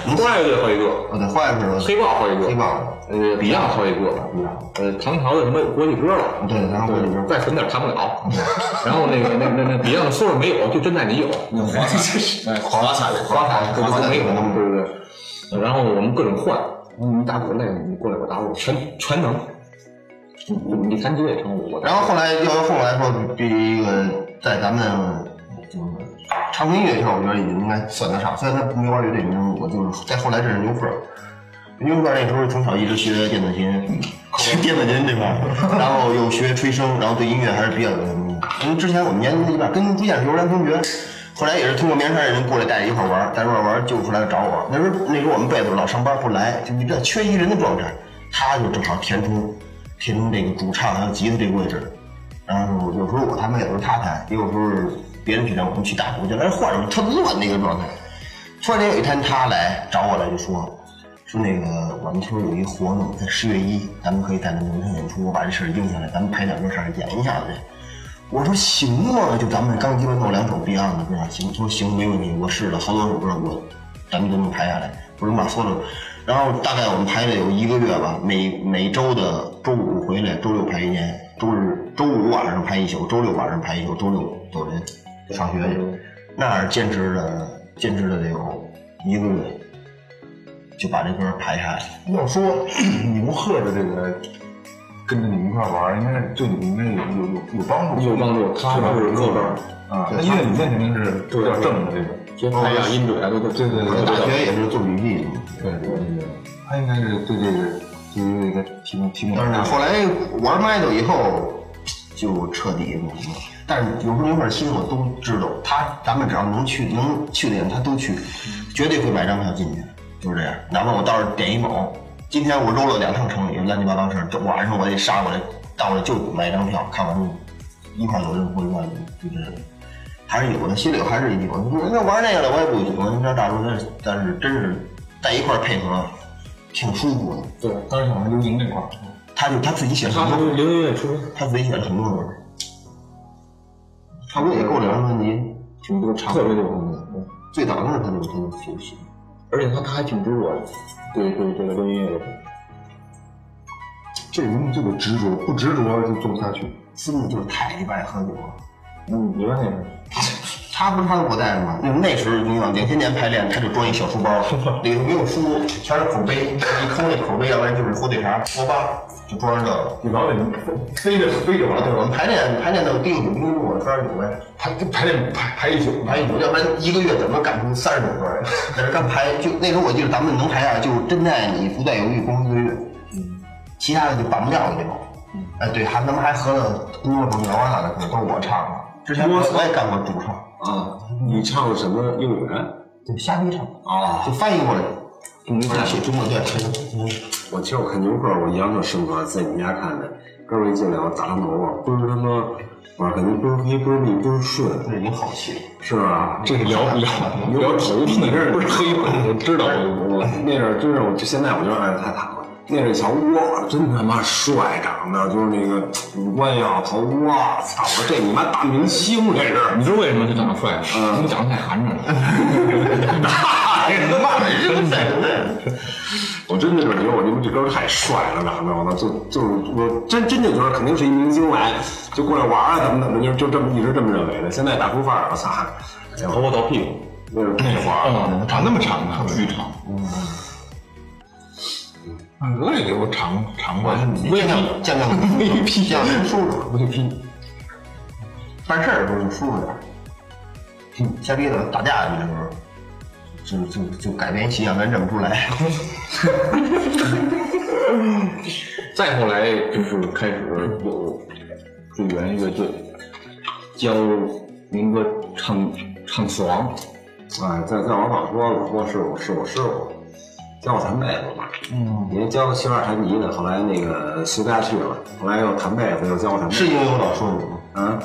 S6: 嗯，国外乐队好几个，
S7: 我得换是吧？
S6: 黑豹好几个，
S7: 黑豹，
S6: 呃，Beyond 好几个吧，Beyond，呃，唐朝的什么国际歌了，
S7: 对，然后我里边
S6: 再狠点谈不了，然后那个那那那 Beyond 的 solo 没有，就真爱你有，
S8: 哎，华彩的，
S6: 花坛
S7: 花坛
S6: 没有，对不对？然后我们各种换，你打鼓那个你过来我打鼓，全全能。你你弹吉他也成，我
S7: 然后后来要后来说，这个在咱们就是唱歌音乐上，我觉得也应该算得上。虽然他没玩乐队，但是我就是在后来认识牛克。牛克那时候从小一直学电子琴，学电子琴这块儿，然后又学吹笙，然后对音乐还是比较有什么。因为之前我们年龄那边跟朱建是有然同学，后来也是通过绵山的人过来带着一块儿玩儿，在一块儿玩儿就出来找我。那时候那时候我们贝子老上班不来，就你知道缺一人的状态，他就正好填充填充这个主唱还有吉他这个位置。然后有时候我弹麦，有时候他弹，也有时候别人去弹，我们去打鼓去，但是换着特乱那个状态。突然间有一天他来找我来就说，说那个我们村有一活动，在十月一，咱们可以在那农村演出，我把这事儿应下来，咱们排点歌上演一下子去。我说行啊，就咱们刚鸡巴弄两首 Beyond 的歌，行，他说行没问题，我试了好多首歌，我咱们都能排下来，我能把所有的，然后大概我们排了有一个月吧，每每周的周五回来，周六排一年，周日周五晚上排一宿，周六晚上排一宿，周六走人上学去，那儿坚持了坚持了得有一个月，就把这歌排下来了。
S5: 要说 牛贺的这个跟着你们一块玩儿，应该是对你应该有有有有帮助，
S6: 有帮助他
S5: 是吧？
S6: 就是
S5: 助
S6: 坐这儿
S5: 啊，那因为你那肯定是比较正的这个，
S6: 节拍呀、音准啊，都都
S5: 对对对
S7: 大
S5: 对
S7: 学也是做笔记的。
S5: 对对对，他应该是对这个对于这个提供提供，
S7: 但是后来玩 Metal 以后，就彻底那什么。但是有时候那块心我都知道，他咱们只要能去能去的人，他都去，
S5: 嗯
S7: 绝对会买张票进去，就是这样。哪怕我到时候点一毛，今天我揉了两趟城里乱七八糟事儿，这晚上我得杀过来，到了就买一张票，看完一块儿走人或者一块儿走，就这样。还是有的，心里还是有的。那玩那个了，我也不喜欢。像大叔那，但是真是在一块儿配合，啊挺舒服的。
S5: 对，当时好像流行这块儿，
S7: 他就他自己写了
S6: 他
S7: 很
S6: 还
S7: 多
S6: 是零音乐出身，
S7: 他自己写了很多歌，差不多也够两张专辑。
S6: 挺多唱特别多风格，
S7: 最早那时候他就他就写写，
S6: 而且他他还挺执着的，对对这个音乐的，
S5: 这人就得执着，不执着就做不下去。
S7: 孙子就是太一般爱喝酒了。
S6: 嗯，你说那是
S7: 他不是他都不带吗？那那时候你想，两千年排练，他就装一小书包， 里头没有书，全是口碑，一抠那口碑，要不然就是火腿肠、锅巴，就装上这个。
S5: 你老得飞着飞着玩
S7: 啊，对，
S5: 儿，
S7: 我们排练排练到第九、第六我三十九呗，
S5: 排排练排排一宿，
S7: 排一宿，要不然一个月怎么赶出三十首 歌来？在这刚排，就那时候我记得咱们能排下来，就是《真爱你》《不再犹豫》《光辉岁月》，其他的就办不掉了那种。哎，对，还他们还合了《工作不聊啊啥的，可能都是我唱的。之前我我也干过主唱，
S6: 啊，你唱过什么英语歌？
S7: 对，瞎逼唱，
S9: 哦
S6: 啊
S7: 就，翻译过来，
S6: 明白
S7: 写中文对，
S6: 我其实我看牛哥，我印象特深刻，在你们家看的，哥们一进来我打上头发，不是他妈，我感觉不是黑，不是密，不是顺，
S7: 这人好气，
S6: 是吧？
S9: 这 聊聊聊头发，不是黑粉， 我知道。
S6: 我我那阵儿真是，我就现在我就爱他他了。那阵儿一瞧，哇，真他妈帅，长得就是那个五官也好，头，哇操，我说这你妈大明星这是。
S9: 你知道为什么他长得帅？因
S6: 嗯
S9: 为长得太寒碜了。
S6: 大爷他妈真的，我真的是觉得我你们这哥们儿太帅了，长得我操，就就是我真真就觉得肯定是一明星来，就过来玩啊，怎么怎么就就这么一直这么认为的。现在大叔范儿，我操，头发到屁股，那是那啊会儿
S9: 嗯，长那么长呢，巨长。嗯，我也留过长长过，
S7: 见到见到 VP 见到叔叔 VP，办事儿的时候就舒服点儿，嗯瞎逼的打架的时候。就就就改变一些，要不然整不出 来。
S10: 再后来就是开始有队员乐队，教明哥唱唱《死亡》，
S6: 哎，再再往早说了，我是我是我师傅，教我弹贝斯嘛，嗯，人家教我媳妇儿弹吉的，后来那个学不下去了，后来又弹贝斯，又教我弹贝斯
S7: 是，因为我老说你吗？
S6: 啊，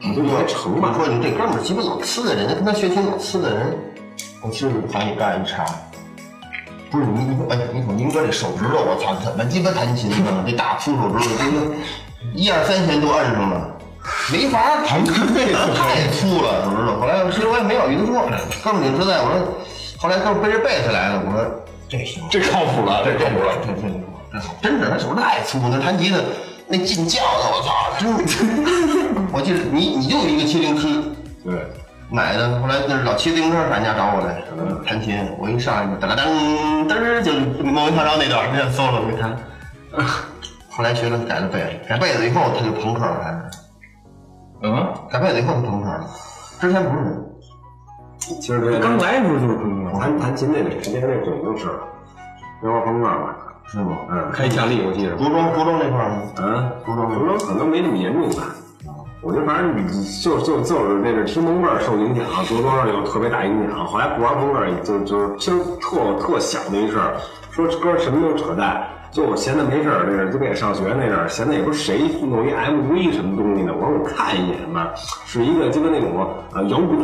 S7: 你就说成吧。说你这哥们儿鸡巴老呲的人，家跟他学琴老呲的人，我其实把你干一茬。不是你，你说哎，你瞅宁哥这手指头，我操，怎么鸡巴弹琴呢？这大粗手指头，这个一二三弦都按上了，没法儿弹，太粗了，手指头。后来其实我也没好意思说，哥们儿你实在，我说，后来哥们儿背着背下来了，我说这行，
S9: 这靠谱了，这靠谱了。
S7: 这这这好，真是他手太粗了，弹吉他那劲叫的，我操，真。我记得你你就有一个七零七
S6: 对。
S7: 买的，后来那是老骑自行车上人家找我来弹琴，我一上来就哒哒噔噔儿，就是某一条刀那段儿，那 solo 没弹。后来学了改了被子，改被子以后他就朋克了，还是
S10: 嗯，
S7: 改被子以后他朋克了，之前不是。
S6: 其实这
S10: 刚来的时候就是朋克，
S6: 弹弹琴那个时间那种就是，那会儿朋克嘛，是吗？嗯，
S10: 开夏利我记得，
S7: 国中国中那块儿吗？
S6: 嗯，初中初中可能没那么严重吧。我觉得反正就就就是那阵听蒙贝儿受影响，多多少有特别大影响。后来不玩蒙贝儿，就就是其实特特小的一事儿，说这歌什么都扯淡。就我闲的没事儿那阵儿，就跟也上学那阵儿，闲的也不是谁弄一 MV 什么东西的，我说我看一眼吧，是一个就跟那种呃摇滚，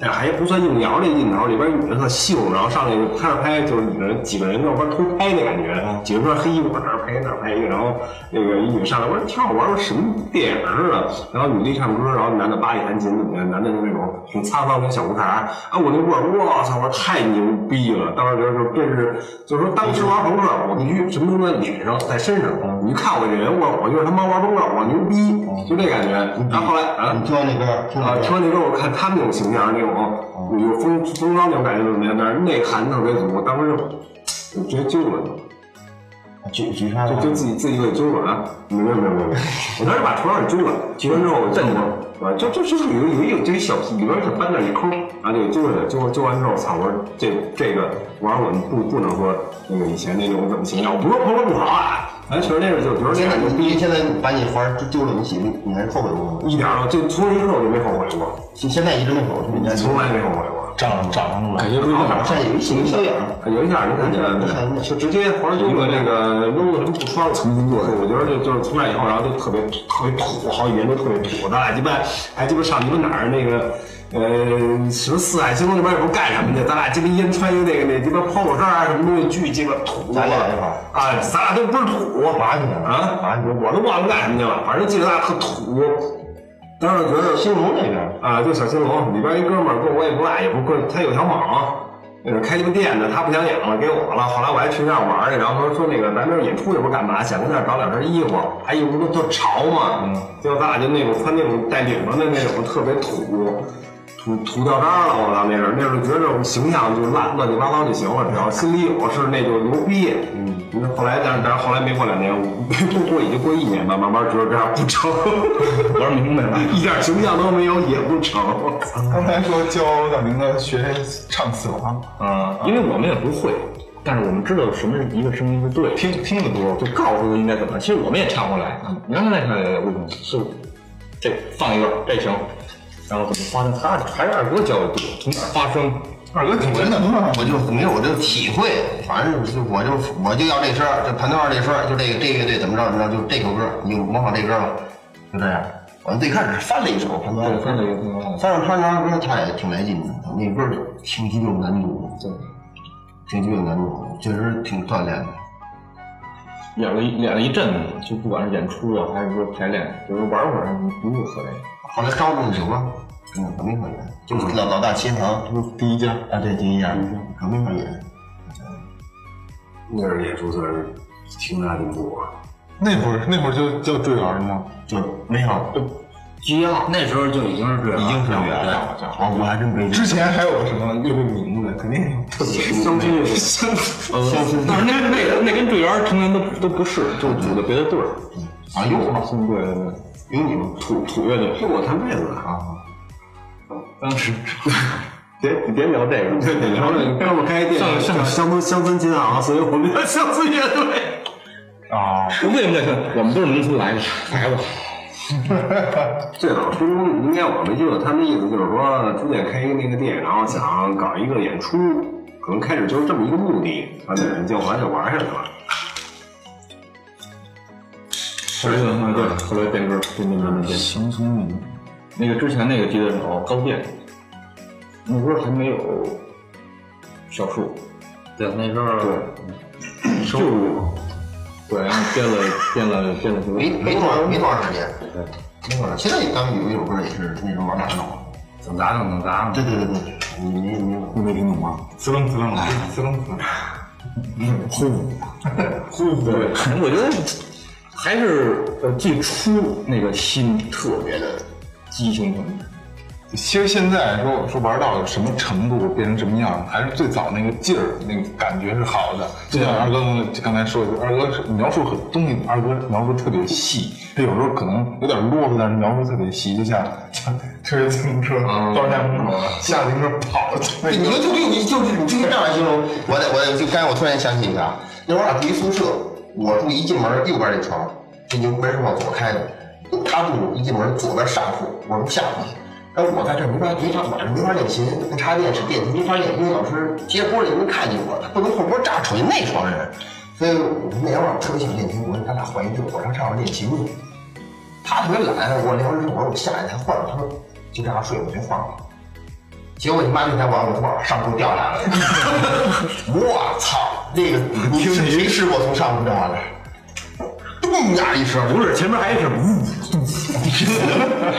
S6: 但还不算硬摇那劲头，里边女的特秀，然后上来就开始拍，就是几个人几个人在那边偷拍那感觉，几个穿黑衣服往这儿拍那儿拍一个，然后那个一女上来，我说挺好玩儿，什么电影儿啊？然后女的一唱歌，然后男的扒一弹琴，怎么样？男的就那呃种挺擦方的小舞台儿啊，我那会儿我操，我说太牛逼了！当时觉得说真是，就是说当时玩朋克，我必须什么都在脸上，在身上。你看我这人，我我就是他妈玩朋克，我牛逼，就这感觉。然后后来啊
S7: 你，听那歌，听
S6: 啊，哦
S7: 那
S6: 听
S7: 歌，
S6: 完那歌，我看他们那种形象，那种有风风骚那种感觉怎么样？但是内涵特别足，我当时就直接揪了就。
S7: 举举啥？
S6: 就就自己自己给揪了啊！没有没有没有没有，我当时把床上揪了，揪完之后我震着，啊，就就就是有有有这小里边小半点一抠，然后就揪了，揪揪完之后，操！我说这这个玩意儿我们不不能说那个以前那种怎么形象，我不是说朋友不好啊，咱确实那时候就觉得
S7: 现在
S6: 那个牛
S7: 你
S6: 逼，
S7: 现在把你环儿丢了，你媳妇你还后悔过吗？
S6: 一点儿就从那一刻我就没后悔过，
S7: 现在一直没后悔，你家
S6: 从来没后悔过。
S11: 长长出来，
S6: 感觉不一样
S7: 好像有一小小影儿。
S6: 有一下你看这就直接黄金的那个
S7: 嗯
S6: 扔了什么不穿了，重新做。我觉得就就是从那以后，然后就特别特别土，好几年都特别土。咱俩鸡巴还鸡巴上你们哪儿那个呃什么四海星空那边也不知道干什么去，咱俩鸡巴一人穿一那个那鸡巴 polo 衫啊什么东西，巨鸡巴土。
S7: 咱俩那会儿
S6: 啊，咱俩都不是土，
S7: 麻去了
S6: 啊
S7: 麻去了
S6: 我都忘了干什么去了，反正记得咱俩特土。当时觉得
S7: 兴隆那边儿，
S6: 啊，就小青龙里边一哥们儿跟我也不赖，也不跟他有条网，那是开一个店的，他不想养了，给我了。后来我还去那儿玩儿去，然后他说那个咱这儿演出也不干嘛，想跟那儿找两身衣服，还有不都潮嘛，结果咱俩就那种穿那种带领子的那种特别土。土土掉渣儿了，我操！那阵儿那阵儿觉得我形象就乱乱七八糟就行了，只要心里有事儿那就牛逼。嗯，你说后来，但是但是后来没过两年，不过也就过一年吧，慢慢觉得这样不成。
S10: 我说明白了，
S6: 一点形象都没有也不成。
S9: 刚才说教大明哥学唱死亡，
S10: 嗯，因为我们也不会，但是我们知道什么是一个声音是对，
S9: 听听得多，
S6: 嗯
S10: 就告诉他应该怎么。其实我们也唱不来，你让他来唱也无用，是
S6: 这放一段，这行。然后怎么发生？他还是二哥教的多，从哪儿发生？
S5: 二哥挺
S7: 我
S5: 真的，
S7: 我就没有我就体会，反正就我就我就要这声儿，就盘头二这声儿，就这个这乐队怎么着怎么着，就这首歌，你就模仿这歌吧，就这样。我最开始是翻了一首盘头二，
S5: 对，分了一个分了一个。
S7: 但是他那歌他也挺来劲的，那歌儿挺具有难度的，对，挺具有难度的，确实挺锻炼的。
S6: 演了一演了一阵子，就不管是演出啊，还是说排练，就是玩会儿，不是特累。
S7: 后来招中酒吧，嗯，革命演员，就是老老大琴行，
S5: 第一家，
S7: 啊，对，第一家革命演员，
S8: 那阵儿演出算是挺大进步啊。
S5: 那会儿那会儿就叫坠儿了吗？
S7: 就是没有，
S9: 需要那时候就已经是这样了，
S7: 已经是
S9: 这样
S7: 演员
S9: 了。
S7: 了，
S5: 哦
S7: 我我还真没
S5: 之前还有什么乐队名字？肯定有特别
S8: 相亲乐队，
S7: 相亲
S6: 但是那那那跟队员成员都都不是，就是组的别的队儿。
S7: 啊，有吗？
S6: 对对对，
S7: 有你吗？
S6: 土土乐队。
S8: 这我谈妹子啊，
S6: 当时，别别聊这个，别
S8: 然后那哥们开店
S6: 上上
S8: 叫乡村乡村金啊，所以我们叫乡村乐队。
S5: 啊，
S6: 为什么这个？我们都是农村来的，来吧。
S8: 最早初中应该我们就有他们意思，就是说朱姐开一个那个店，然后想搞一个演出，可能开始就是这么一个目的，然后人就玩就玩下去了。
S6: 后来就对，后来变歌，变变变变变。乡村乐队，那个之前那个吉他手高健，那时候还没有小树，
S9: 对，那时候
S6: 就对，然后变了变了变了什么
S7: 没？没多少没多少时间，没多少。现在咱们有一首歌也是那时候往哪弄？
S9: 怎么咋整怎么咋
S7: 对
S9: 整，
S7: 对对对，你没没有
S5: 你没听懂吗？滋楞滋楞，滋楞滋楞。
S6: 对，我觉得还是呃最初那个心特别的激情澎湃。
S5: 其实现在说说玩到什么程度，变成什么样，还是最早那个劲儿，那个感觉是好的。
S6: 啊
S5: 就像二哥刚才说的，二哥是描述很东西，二哥描述特别细，他有时候可能有点啰嗦，但是描述特别细，就像 像推着自行车
S6: 嗯
S5: 到家门口，下自行车 跑了，那
S7: 你
S5: 个
S7: 就就给你就是你就这样来形容，我得我得就刚才我突然想起一个啊，那会儿俺住一宿舍，我住一进门右边这床，这牛门是往左开的，他住一进门左边上铺，我住下铺。然后我在这儿没法没法晚上没法练琴，不插电是电琴没法练，因为老师接波儿也能看见我，他不能后边炸瞅见那床人，所以我那会儿特别想练琴，我说咱俩换一地儿，我上上边练琴去。他特别懒，我聊完之后我说我下来再换，他说就这样睡，我就换了。结果你妈那天晚上我往上铺掉下来了，我操！那个你是谁试过从上铺掉下来？咚呀一声，
S6: 不是，前面还是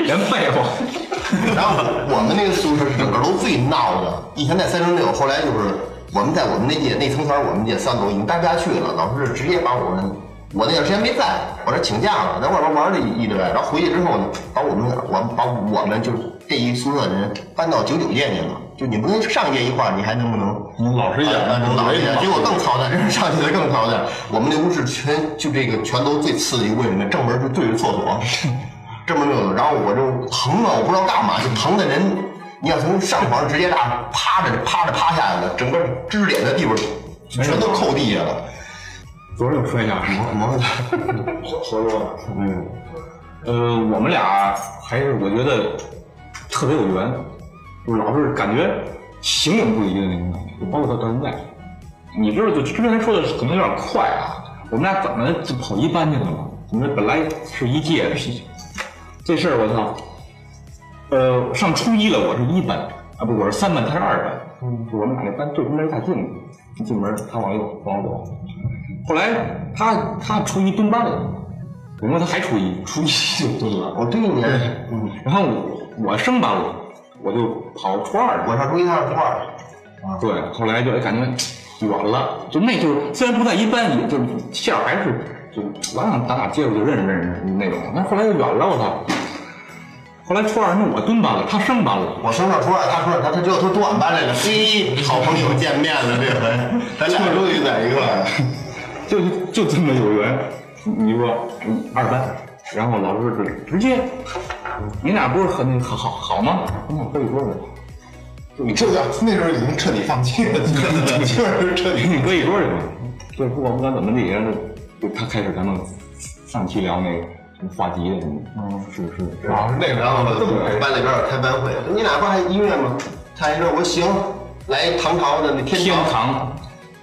S6: 连背后，
S7: 然后我们那个宿舍是整个楼最闹的，以前在三零六，后来就是我们在我们那届那层层，我们届三楼已经待不下去了，老师直接把我们，我那段时间没在，我这请假了，在外边玩了一一礼拜，然后回去之后呢，把我们我们把我们就是这一宿舍的人搬到九九届去了，就你不跟上一届一块儿，你还能不能？
S5: 你老实演了，
S7: 啊，能
S5: 你
S7: 老
S5: 老
S7: 一
S5: 实
S7: 点，
S5: 演
S7: 结。果更操蛋，这上去的更操蛋。我们那屋是全就这个全楼最次的一个位置，那正门是对着厕所，正门对着。然后我就疼啊，我不知道干嘛，就疼的人，你要从上床直接大趴着趴着趴下来了，整个支点的地方全都扣地下了。
S6: 昨儿又摔下去。
S7: 磨磨的，
S6: 说多了。嗯，呃，我们俩还是我觉得特别有缘，就是老是感觉形影不离的那种感觉，就包括到到现在。你知道，就之前说的可能有点快啊，我们俩怎么就跑一班去了嘛？我们本来是一届的，这事儿我操，呃，上初一了，我是一班啊，不，我是三班，他是二班，嗯，我们俩那班对中间太近了，一进门他往右，往左，后来他他初一蹲班了，我说他还初一，初一就蹲了。
S7: 我对你，嗯，
S6: 然后我我升班了，我就跑初二了。
S7: 我上初一，他上初二，啊
S6: 对，后来就哎感觉远了，就那就是虽然不在一班，也就是线儿还是就老想打打接触就认识认识那种。但是后来就远了，我操！后来初二那我蹲班了，他升班了。
S7: 我升上初二，他初二，他他只有他读俺班来 了，嘿，好朋友见面了，这回咱俩终于在一块儿。
S6: 就就这么有缘，你说嗯二班，然后老师就直接，你俩不是很好好好吗？我想可以说说。
S5: 你这叫那时候已经彻底放弃了，就是彻底。
S6: 你搁一桌里吧，就是不管不管怎么地，然后就他开始咱们上期聊那个，话题的，嗯，是是是，
S5: 啊，是那个
S7: 然后
S5: 这么
S7: 班里边儿开班会，你俩不还音乐吗？他还说我行，来唐朝的那天
S6: 天
S7: 堂，
S6: 堂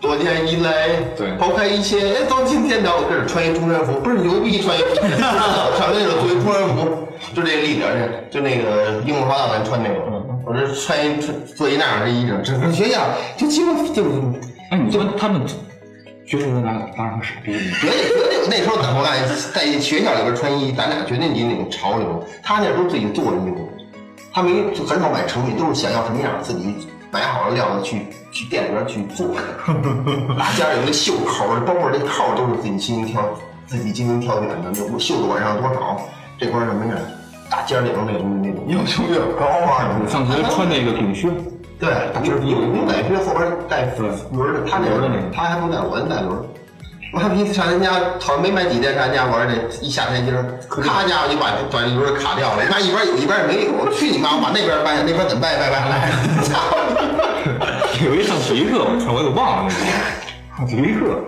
S7: 昨天一来，
S6: 对
S7: 抛开一切，哎，走进天堂。我这是穿一中山服，不是牛逼穿一， 上那种作为中山服，就这个立领儿去，就那个樱木花道咱穿那
S6: 嗯
S7: 种。我这穿一穿做一那样的衣裳，这你学校就欺负就
S6: 哎，你说他们学生哪哪有傻逼？
S7: 绝对那时候咱我感觉在学校里边穿衣，咱俩绝对你那种潮流。他那时候自己做衣服，他没就很少买成品，都是想要什么样自己买好了料子去去店里边去做。哪家有那袖口，包括这扣都是自己精心挑，自己精心挑选的，那袖子往上多少，这块儿什么样，大尖领那种那种要求越高啊。
S6: 上学穿那个领靴，
S7: 对，就是有牛仔靴后边带轮儿的，他那轮儿他还不带我那带轮儿。我还平上人家好像没买几天，上人家玩儿去，一下台阶儿，咔家伙就把把轮儿卡掉了，妈一边有一边没有，我去你妈！我把那边掰下，那边怎么掰掰掰来？ 操！
S6: 有一上体育课，我操，我都忘了那个啊上体育课。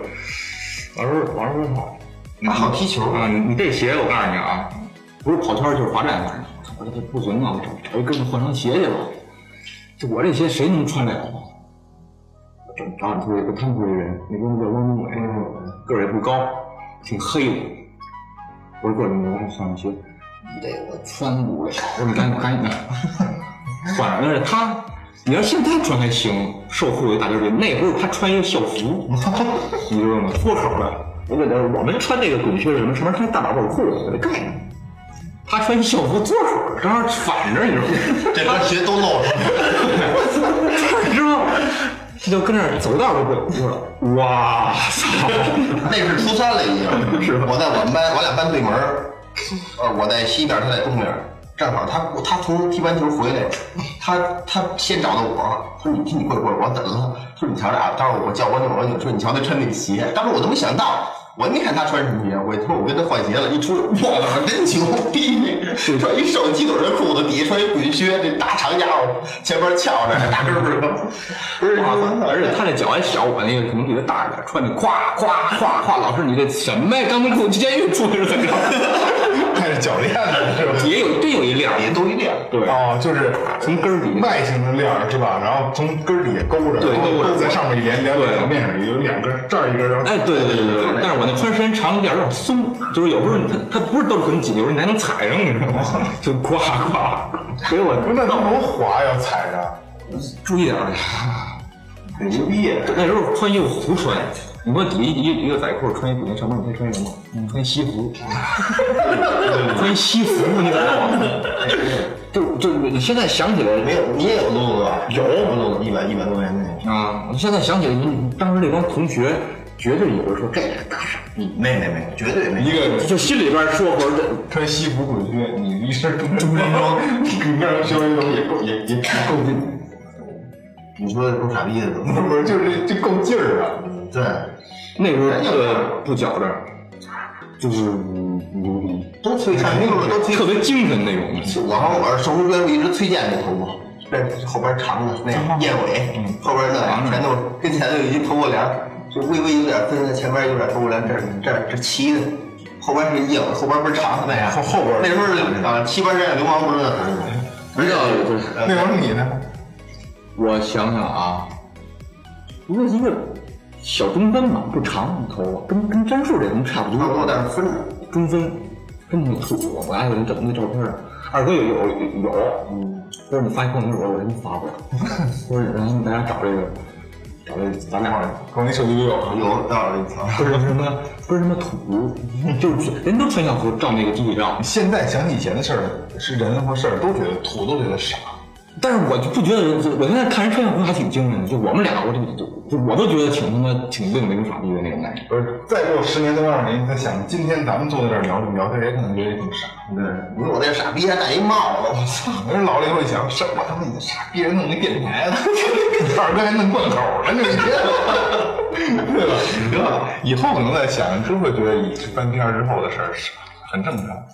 S6: 老师老师说好，
S7: 他好踢球
S6: 啊，你你这鞋我告诉你啊，不是跑圈儿就是罚站，反正我这不行啊，我找找一哥们儿换双鞋去吧。就我这鞋谁能穿得了啊？找找你同学，他们同学人，那哥们儿叫汪东伟，个儿也不高，挺黑的。我说哥，你给我换双鞋。你这我穿不了，我说你赶紧赶紧的，换上。但是他，你要现在穿还行，瘦裤子大溜背，那会儿他穿一个校服，你知道吗？脱口的。我觉得我们穿那个滚靴是什么？什么穿大喇叭裤的概念？他穿校服脱口，正好反着，你知道吗？
S7: 这双鞋都露了，
S6: 你知道吗？他就跟那儿走道都不走路了。哇操！
S7: 那是初三了已 经。
S6: 是吧
S7: 我在我们班，我俩班对门儿，呃，我在西边儿，他在东边儿。正好他他从踢完球回来，他他先找的我，他说你你会不会？我说怎么了？他说你瞧这啊，当时我叫我女朋友，我说你瞧他穿那鞋，当时我都没想到，我也没看他穿什么鞋，我说我跟他换鞋了，一出我操，真牛逼！穿一瘦鸡腿的裤子，底下穿一滚靴，这大长家伙前边翘着，大跟儿的，不是
S6: 哇塞而且他那脚还小，我那个可能比他大一点，穿的咵咵咵咵，老师你这什么呀？钢筋裤监狱出来是怎么着？
S5: 开始铰链了，是吧？
S6: 也有真有一亮，
S7: 也都一样。
S6: 对，
S5: 哦，就是
S6: 从根儿底下
S5: 外形的链儿是吧？然后从根儿底下勾着，
S6: 对
S5: 然后
S6: 勾着
S5: 在上面一连连
S6: 对
S5: 两面上有两根儿，这儿一根儿，然后
S6: 哎，对对对对对，但是我那穿时间长了点儿有点松，就是有时候它它不是都是很紧，有时候你还能踩上，你知道吗？就呱呱，所以我
S5: 不是那它多滑呀，踩着。
S6: 注意点儿。啊
S5: 很牛逼，
S6: 那时候穿衣服胡穿，你说底下一一一个仔裤穿一骨上班，你还穿什么？穿西服，穿西服，你知 道吗？就就你现在想起来
S7: 没有，你也有露露吧？有露露，一百一百多块钱那个。
S6: 啊，我现在想起来，你当时那帮同学绝对有人说这个大傻逼，
S7: 没没没，绝对没。
S5: 一个
S6: 就心里边说或者
S5: 穿西服滚靴，你一身中山装，整个稍微都也够也也够劲，
S7: 你说够傻逼的时候，
S5: 不 是不是，就是这够劲儿啊！
S7: 对，哎
S6: 那时候呃不觉着，就是牛逼，
S7: 嗯都推上那个都推。
S6: 特别精神那种。
S7: 我好像我是从学一直推荐那头发，那后边长的那个燕尾，
S5: 嗯
S7: 后边那全都跟前头有一头发帘儿，就微微有点分的，前边有点头发帘儿，这儿这儿是齐的。后边是硬，后边不是长的那样。后后边那时候是啊，七八十年代流氓不是那头发，
S6: 不知道就是
S5: 嗯那会
S7: 呃
S5: 儿你呢？
S6: 我想想啊，一个一个小中分嘛，不长头发，跟跟詹树这能差不
S7: 差不多，
S6: 多，
S7: 但是分着。
S6: 中分，跟那土，我爱有人整那照片儿，二哥有有有，嗯，他说你发一朋友圈，我说我真发不了， 我说然后大家找这个，找这个咱俩
S5: 我那手机里有，
S7: 有道理，操！
S6: 不是什么不是什么土，就是人都穿校服照那个集体照，
S5: 现在想起以前的事儿，是人或事儿都觉得土，都觉得傻。
S6: 但是我就不觉得，我现在看人穿校服还挺精神的，就我们俩，我就就我都觉得挺他妈挺愣的，挺傻逼的那种感觉。
S5: 不是，再过十年、再过二十年，你在想今天咱们坐在这儿聊这么聊天，也可能觉得挺傻。
S7: 对，你说我那傻逼还戴一帽子，我操！
S5: 那人老了以后一想，什我他妈你傻逼人弄一电台了，二哥还弄贯口了，你这，对吧？你知道，以后可能在想，真会觉得以翻篇之后的事儿是很正常。啊，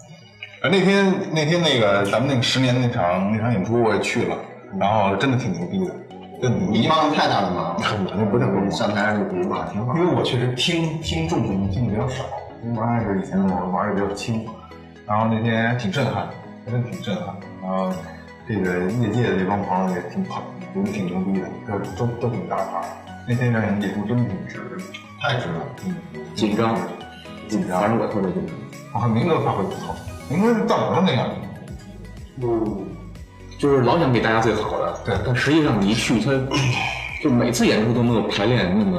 S5: 那天那天那个咱们那个十年那场那场演出我也去了，然后真的挺牛逼的，真的
S7: 你
S5: 你
S7: 帽子太大了吗？
S5: 那不叫
S7: 你上台上就不骂，挺好
S5: 嗯因。为我确实听听众的听的比较少，因为我还是以前我玩的比较轻，然后那天还挺震撼，真挺震撼。然后这个业界的这帮朋友也挺捧，也挺牛逼的，都都都挺大牌。那天让人演出真挺值，太值了。嗯，
S6: 紧张，
S5: 紧张
S6: 反正我特别紧张。
S5: 我看明哥发挥不错，明哥到我那样，
S6: 嗯，就是老想给大家最好的，
S5: 对
S6: 但实际上你一去， 他就每次演出都没有排练那么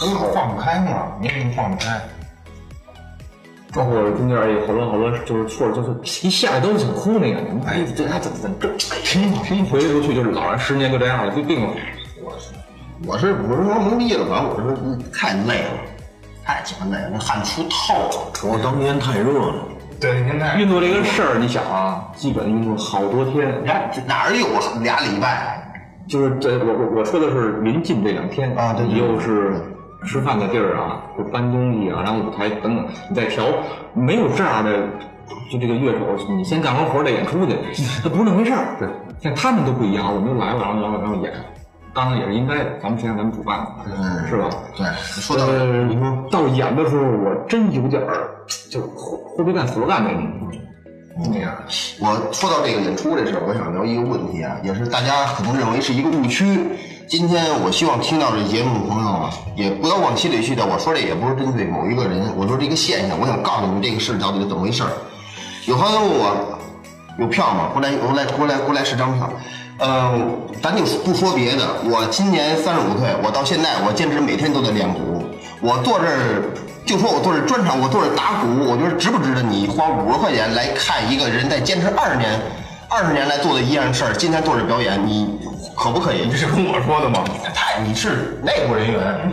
S5: 因为放不开嘛，没什么放不开。
S6: 包括中间有好多好多就是错，就是一下来都想哭那个，哎，这还怎么怎么这
S5: 哎
S6: 谁谁回得出去就是老了，十年就这样了，就病了。
S7: 我是不是说懵逼了？反正我是太累了，太鸡巴累了，汗出透了。
S9: 主要当天太热了，
S5: 对，那天太
S6: 运动这个事儿，你想啊，基本运动好多天，
S7: 你
S5: 哎
S7: 看这哪儿有俩礼拜？
S6: 就是这我我我说的是临近这两天
S7: 啊对对对
S6: 又是吃饭的地儿啊，就搬东西啊，然后舞台等等，你再调，没有这样的，就这个乐手，你先干完活儿再演出去，它不是那回事儿。对，像他们都不一样，我们就来了，然后然后然后演，当然也是应该的，咱们谁让咱们主办的，是吧？
S7: 对，嗯说到
S6: 呃，到演的时候，我真有点儿，就是活活别干死不干那种。那样，
S7: 我说到这个演出这事儿，我想聊一个问题啊，也是大家可能认为是一个误区。今天我希望听到这节目的朋友啊，也不要往心里去的。我说这也不是针对某一个人，我说这个现象，我想告诉你们这个事儿到底是怎么回事儿。有朋友问我有票吗？过来，过来，过来，过来十张票。呃，咱就不说别的，我今年三十五岁，我到现在我坚持每天都在练鼓。我坐这儿，就说我坐这儿专场，我坐这儿打鼓，我觉得值不值得你花五十块钱来看一个人在坚持二十年、二十年来做的一样事儿，今天坐这儿表演，你可不可以？
S5: 你是跟我说的吗？
S7: 太，你是内部人 员，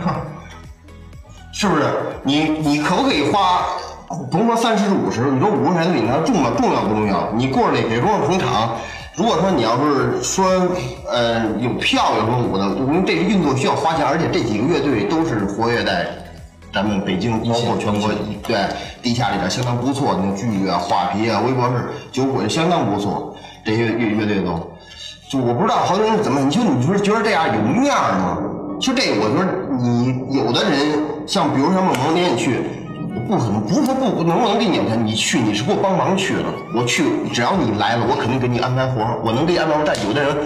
S7: 是不是？你你可不可以花，甭说三十五十，你说五十块钱对你来说重要重要不重要？你过来给多少捧场？如果说你要是说，呃，有票有什么舞的，我们这个运动需要花钱，而且这几个乐队都是活跃在咱们北京，包括全国，对地下里边相当不错的那剧啊、画皮啊、微博是酒鬼相当不错，这些乐乐队都。就我不知道好多人是怎么，你就你说觉得这样有面儿吗？就这，我觉得你有的人像比如像孟萌那天去，不可能不是说不能不能给你钱，你去你是给我帮忙去了，我去只要你来了，我肯定给你安排活儿，我能给你安排活儿。但有的人，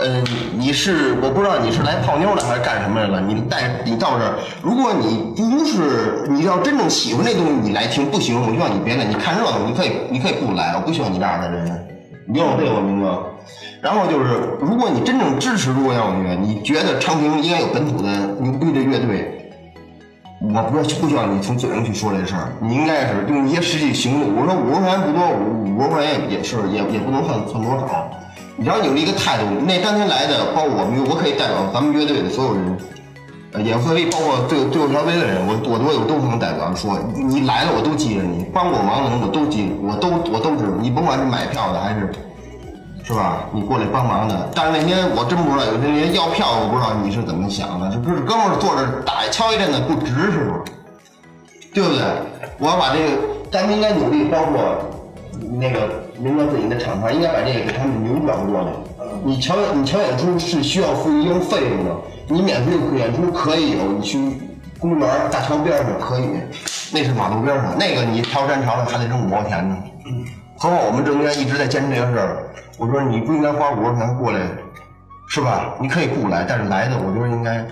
S7: 呃，你是我不知道你是来泡妞的还是干什么来了，你带你到这儿，如果你不是你要真正喜欢这东西，你来听不行，我就让你别来，你看热闹，你可以你可以不来，我不喜欢你这样的人。你有这个名字。然后就是，如果你真正支持中国摇滚乐，你觉得昌平应该有本土的牛逼的乐队，我不是不需要你从嘴上去说这事儿，你应该是用一些实际行动。我说五十块钱不多，五五十块钱也是也也不能算算多少。你只要有了一个态度，那当天来的，包括我们，我可以代表咱们乐队的所有人，呃也可以包括最最后调杯的人，我我我有都能代表说，你你来了我都记着你，帮我忙的人我都记，我都我都知道，你甭管是买票的还是。是吧？你过来帮忙的。但是那天我真不知道，有些人要票，我不知道你是怎么想的。这不是哥们儿坐这儿打敲一阵子不值是吗？对不对？我要把这个，咱们应该努力，包括那个民哥自己的厂牌，应该把这个给他们扭转过来。你瞧，你瞧演出是需要付一定费用的，你免费演出可以有，你去公园儿大桥边儿上可以，那是马路边儿上，那个你挑山潮了还得扔五毛钱呢。何况我们郑渊一直在坚持这个事儿。我说你不应该花五十块钱过来，是吧？你可以不来，但是来的我觉得应该，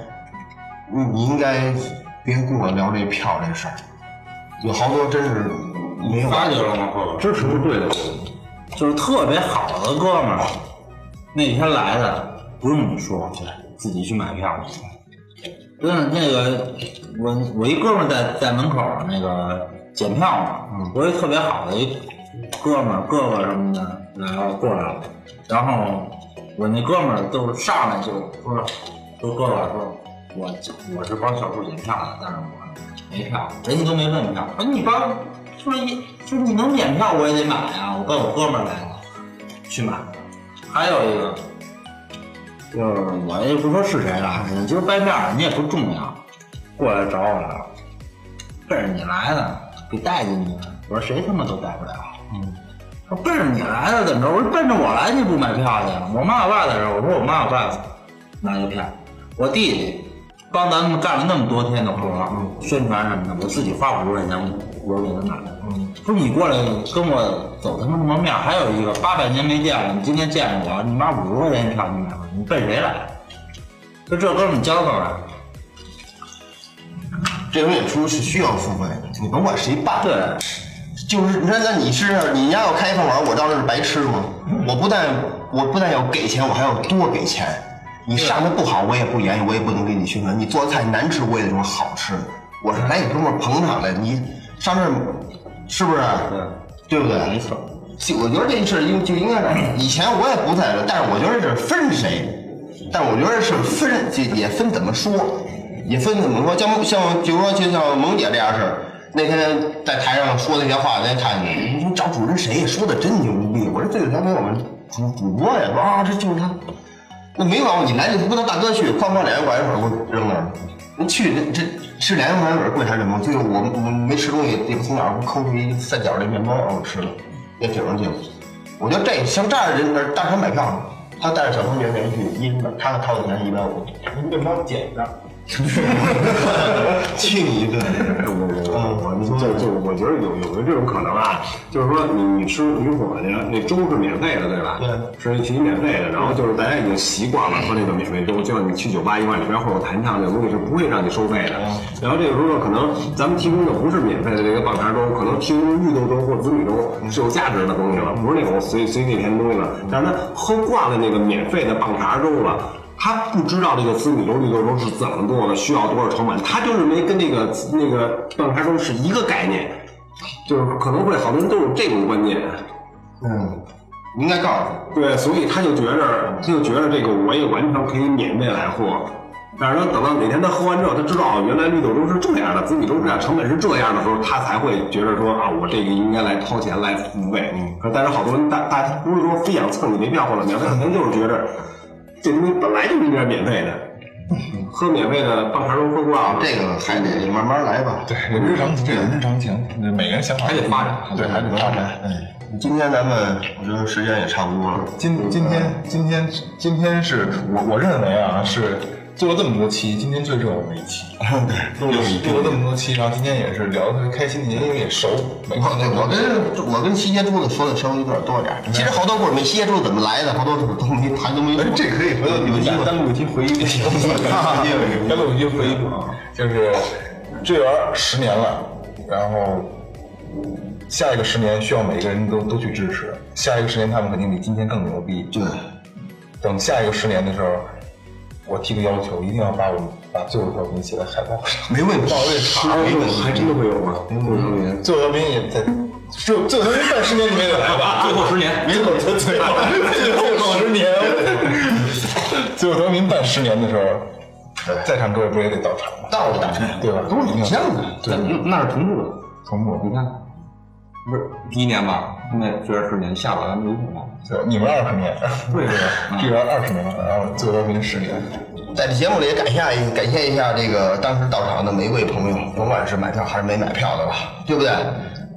S7: 你你应该别跟我聊这票这事儿。有好多真是没有
S9: 发觉了吗？朋友
S6: 支持是对的，
S9: 就是特别好的哥们儿，那天来的不用你说，自己去买票去。真的，那个我我一哥们儿在在门口儿那个检票嘛，我一特别好的一哥们儿哥哥什么的来了嗯过来了，然后我那哥们儿就上来就说说哥哥说我我是帮小树检票的，但是我没票，人家都没问票，说啊你帮说一说你能检票我也得买啊，我跟我哥们儿来了去买，还有一个。就是我也不说是谁了，你就是掰面儿，你也不重要，过来找我来了，奔着你来的，给带进去的。我说谁他妈都带不了，嗯，说奔着你来的怎么着？我说奔着我来你啊不买票去？我妈我爸在这儿，我说我妈我爸拿着票，我弟弟帮咱们干了那么多天的活儿，宣传什么的，我自己花五十块钱，我给他买的。说你过来跟我走他妈蒙面，还有一个八百年没见了，你今天见着我，你妈五十块钱上去买吧，你奔谁来？就这哥们儿交道来。
S7: 这种演出是需要付费的，你甭管谁办，
S9: 对，
S7: 就是你看，那你试试，你家要开饭馆，我到那是白吃吗？我不但我不但要给钱，我还要多给钱。你上的不好，我也不言语，我也不能给你宣传。你做的菜难吃，我也得说好吃。我是来给哥们儿捧场的，你上这儿是不是？啊对不对？没错。我觉得这事儿应就应该是，以前我也不在这，但是我觉得这分谁，但我觉得是分就也分怎么说，也分怎么说。像像比如说就像萌姐这样式儿，那天在台上说那些话，那看你，你说找主持人谁呀？说的真牛逼！我说这个才没我们主主播呀，说啊这就是他。那没毛病，你来就不能大哥去，哐哐两元拐水给我扔那儿。你去这这吃两元拐水贵还是么？最后我我没吃东西，也不从哪儿抠出一三角的面包让我吃了，也顶上去了。我觉得这像这样的人，大城买票，他带着小同学连续一人他掏钱一百五，面包捡 的。去你一个！
S8: 哎
S7: 嗯
S8: 我我就就我觉得有有没有这种可能啊？就是说你你吃驴火去，那粥是免费的，对吧？
S7: 对
S8: 是提免费的。然后就是大家已经习惯了喝那个免费粥，就像你去酒吧一样，里边会有弹唱这个东西是不会让你收费的。然后这个时候可能咱们提供的不是免费的这个棒碴粥，可能提供的绿豆粥或紫米粥是有价值的东西了，不是那种随随地填的东西了。但是他喝惯了那个免费的棒碴粥了。他不知道这个紫米粥、绿豆粥是怎么做的，需要多少成本，他就认为跟那个那个棒碴粥是一个概念，就是可能会好多人都有这种观念。
S7: 嗯，你应该告诉他，
S8: 对，所以他就觉着，他就觉着这个我也完全可以免费来喝。但是他等到哪天他喝完之后，他知道原来绿豆粥是这样的，紫米粥这样，成本是这样的时候，他才会觉得说啊，我这个应该来掏钱来付费。
S7: 嗯
S8: 可但是好多人大大不是说非想蹭你这票或者怎么样，
S7: 嗯
S8: 他可能就是觉着这东西本来就应该免 费的，喝免费的棒碴粥喝惯了，
S7: 这个还得慢慢来吧。
S5: 对，人之常情，这人之常情，每个人想法
S6: 还得发展
S5: 对，还得发展。嗯。
S7: 今天咱们我觉得时间也差不多了。
S5: 今今天今天今天是我我认为啊是做了这么多期，今天最重要的一期， 录了录了这么多期，然后今天也是聊的特别开心，因为也熟，每
S7: 我
S5: 天 都
S7: 我跟我跟西街珠子说的稍微有点多点儿，其实好多故事没西街珠子怎么来的，好多都没谈都没说。
S5: 哎
S7: 嗯
S5: 这可以回头
S7: 有机会
S5: 单录一期回忆 录， 单录一期回忆录啊，就是这园儿十年了，然后下一个十年需要每个人都都去支持，下一个十年他们肯定比今天更牛逼，
S7: 对，
S5: 等下一个十年的时候，我提个要求，一定要把我们把最后调频写在海报上。
S7: 没问题，没问
S8: 还
S7: 题。
S8: 真的会有吗？
S5: 嗯最后调频也在，最后最后调频半十年你没得来吧？
S6: 最后十年，
S5: 最后最后最后十年，最后调频办十年的时候，在场各位不也得到场吗？
S7: 道理大成，
S5: 对吧？
S7: 都是一样的。
S5: 对，
S6: 那是同步的。
S5: 同步。
S6: 你看，不是第一年吧？现在虽然十年，下边咱们有恐慌。
S5: 对，你们二十年，
S6: 对对，
S5: 这边二十年，然后最后调频十年。
S7: 在这节目里也感谢一感谢一下这个当时到场的每一位朋友，甭管是买票还是没买票的吧，对不对？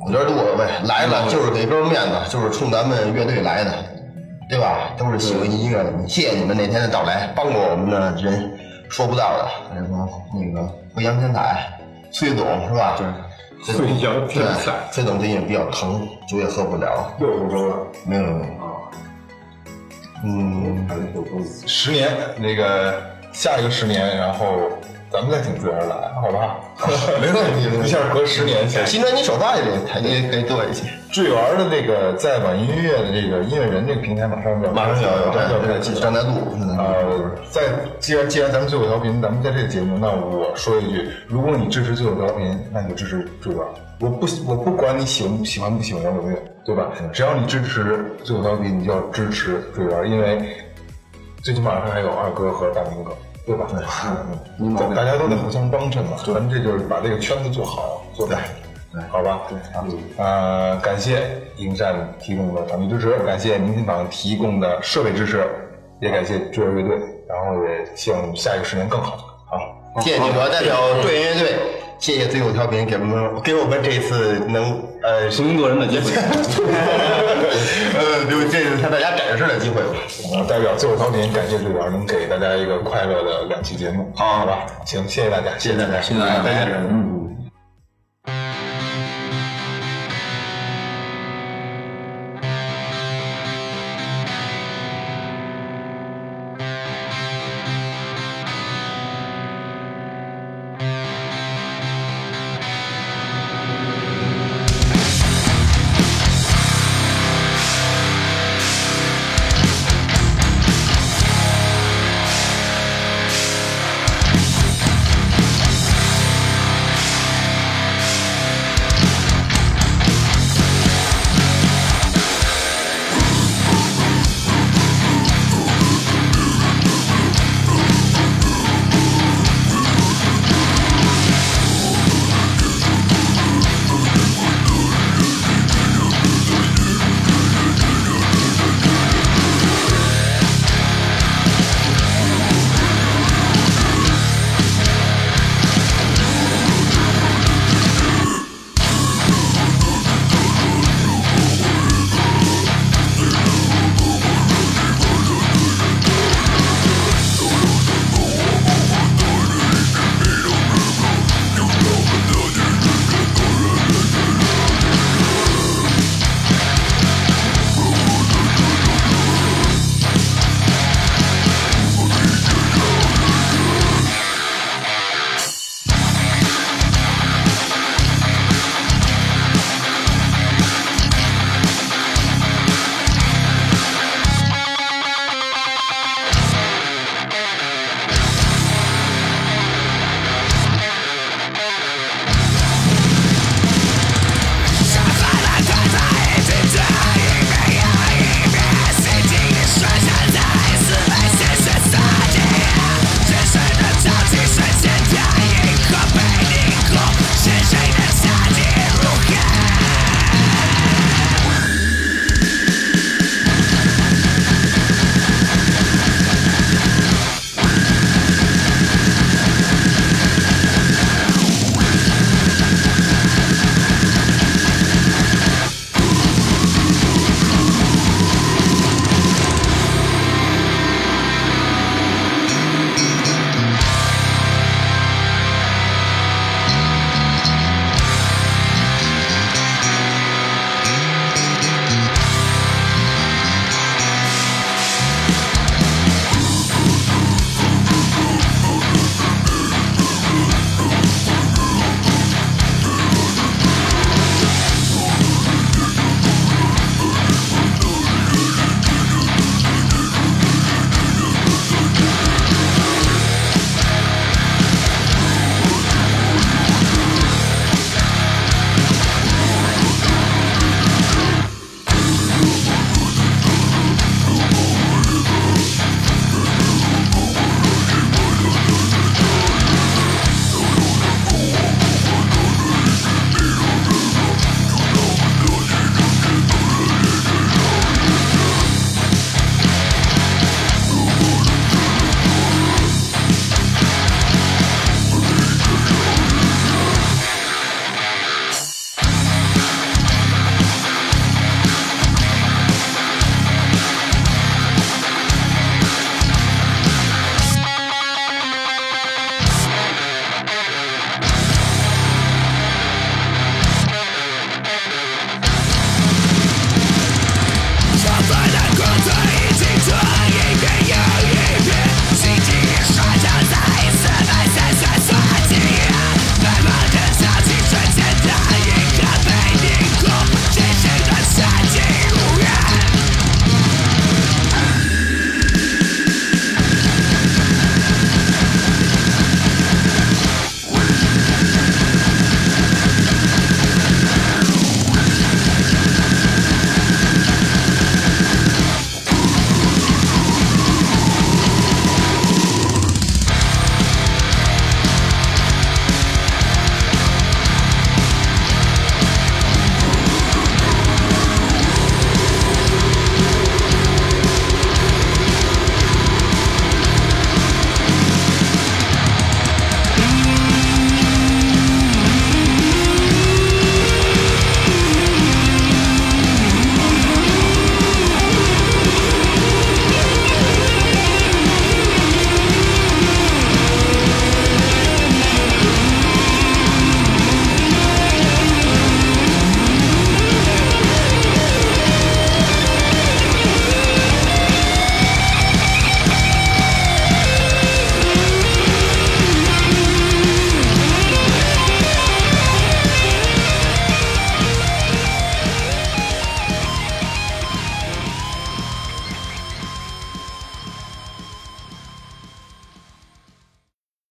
S7: 我觉得都无所谓，来了就是给哥们面子，就是冲咱们乐队来的，对吧？都是喜欢音乐的，谢谢你们那天的到来，帮过我们的人说不到的，什么那个回阳天彩、崔总是吧？对。崔
S8: 阳天
S7: 彩，崔总最近比较疼，酒也喝不了，
S8: 六十周了，
S7: 没有没有，嗯，
S8: 还是有工资。
S5: 十年，那个下一个十年，然后咱们再请自然来，好吧？
S7: 没问题没问 题
S5: 一下隔十年前，
S7: 新专辑首发也得还得可以做一些。
S5: 坠园的那个在网易音乐的这个音乐人这个平台马上就要
S7: 马上就要有，
S5: 马上就要开
S7: 对嗯啊
S5: 启
S7: 对，
S5: 了
S7: 正在录，正在录。
S5: 呃，在既然既然咱们最后调频，咱们在这个节目，那我说一句，如果你支持最后调频，那你就支持坠园。我不我不管你喜欢喜欢不喜欢摇滚乐，对吧？只要你支持最后调频，你就要支持坠园，因为最起码上还有二哥和大明哥，对吧？嗯，对大家都得互相帮衬嘛，咱们这就是把这个圈子做好做大。好吧，嗯对啊，呃，感谢营善提供的场地支持，感谢明星榜提供的设备支持，也感谢坠儿乐队，然后也希望下一个十年更好。好，
S7: 谢谢我代表队员乐队谢谢最后调频给我们给我们这次能呃
S9: 工作人的机会。
S7: 呃，就这是向大家展示的机会吧。
S5: 我代表最后调频感谢主角能给大家一个快乐的两期节目，好吧？行，谢谢大家，谢谢大家，
S9: 哎
S7: 谢谢大家
S5: 再见。嗯。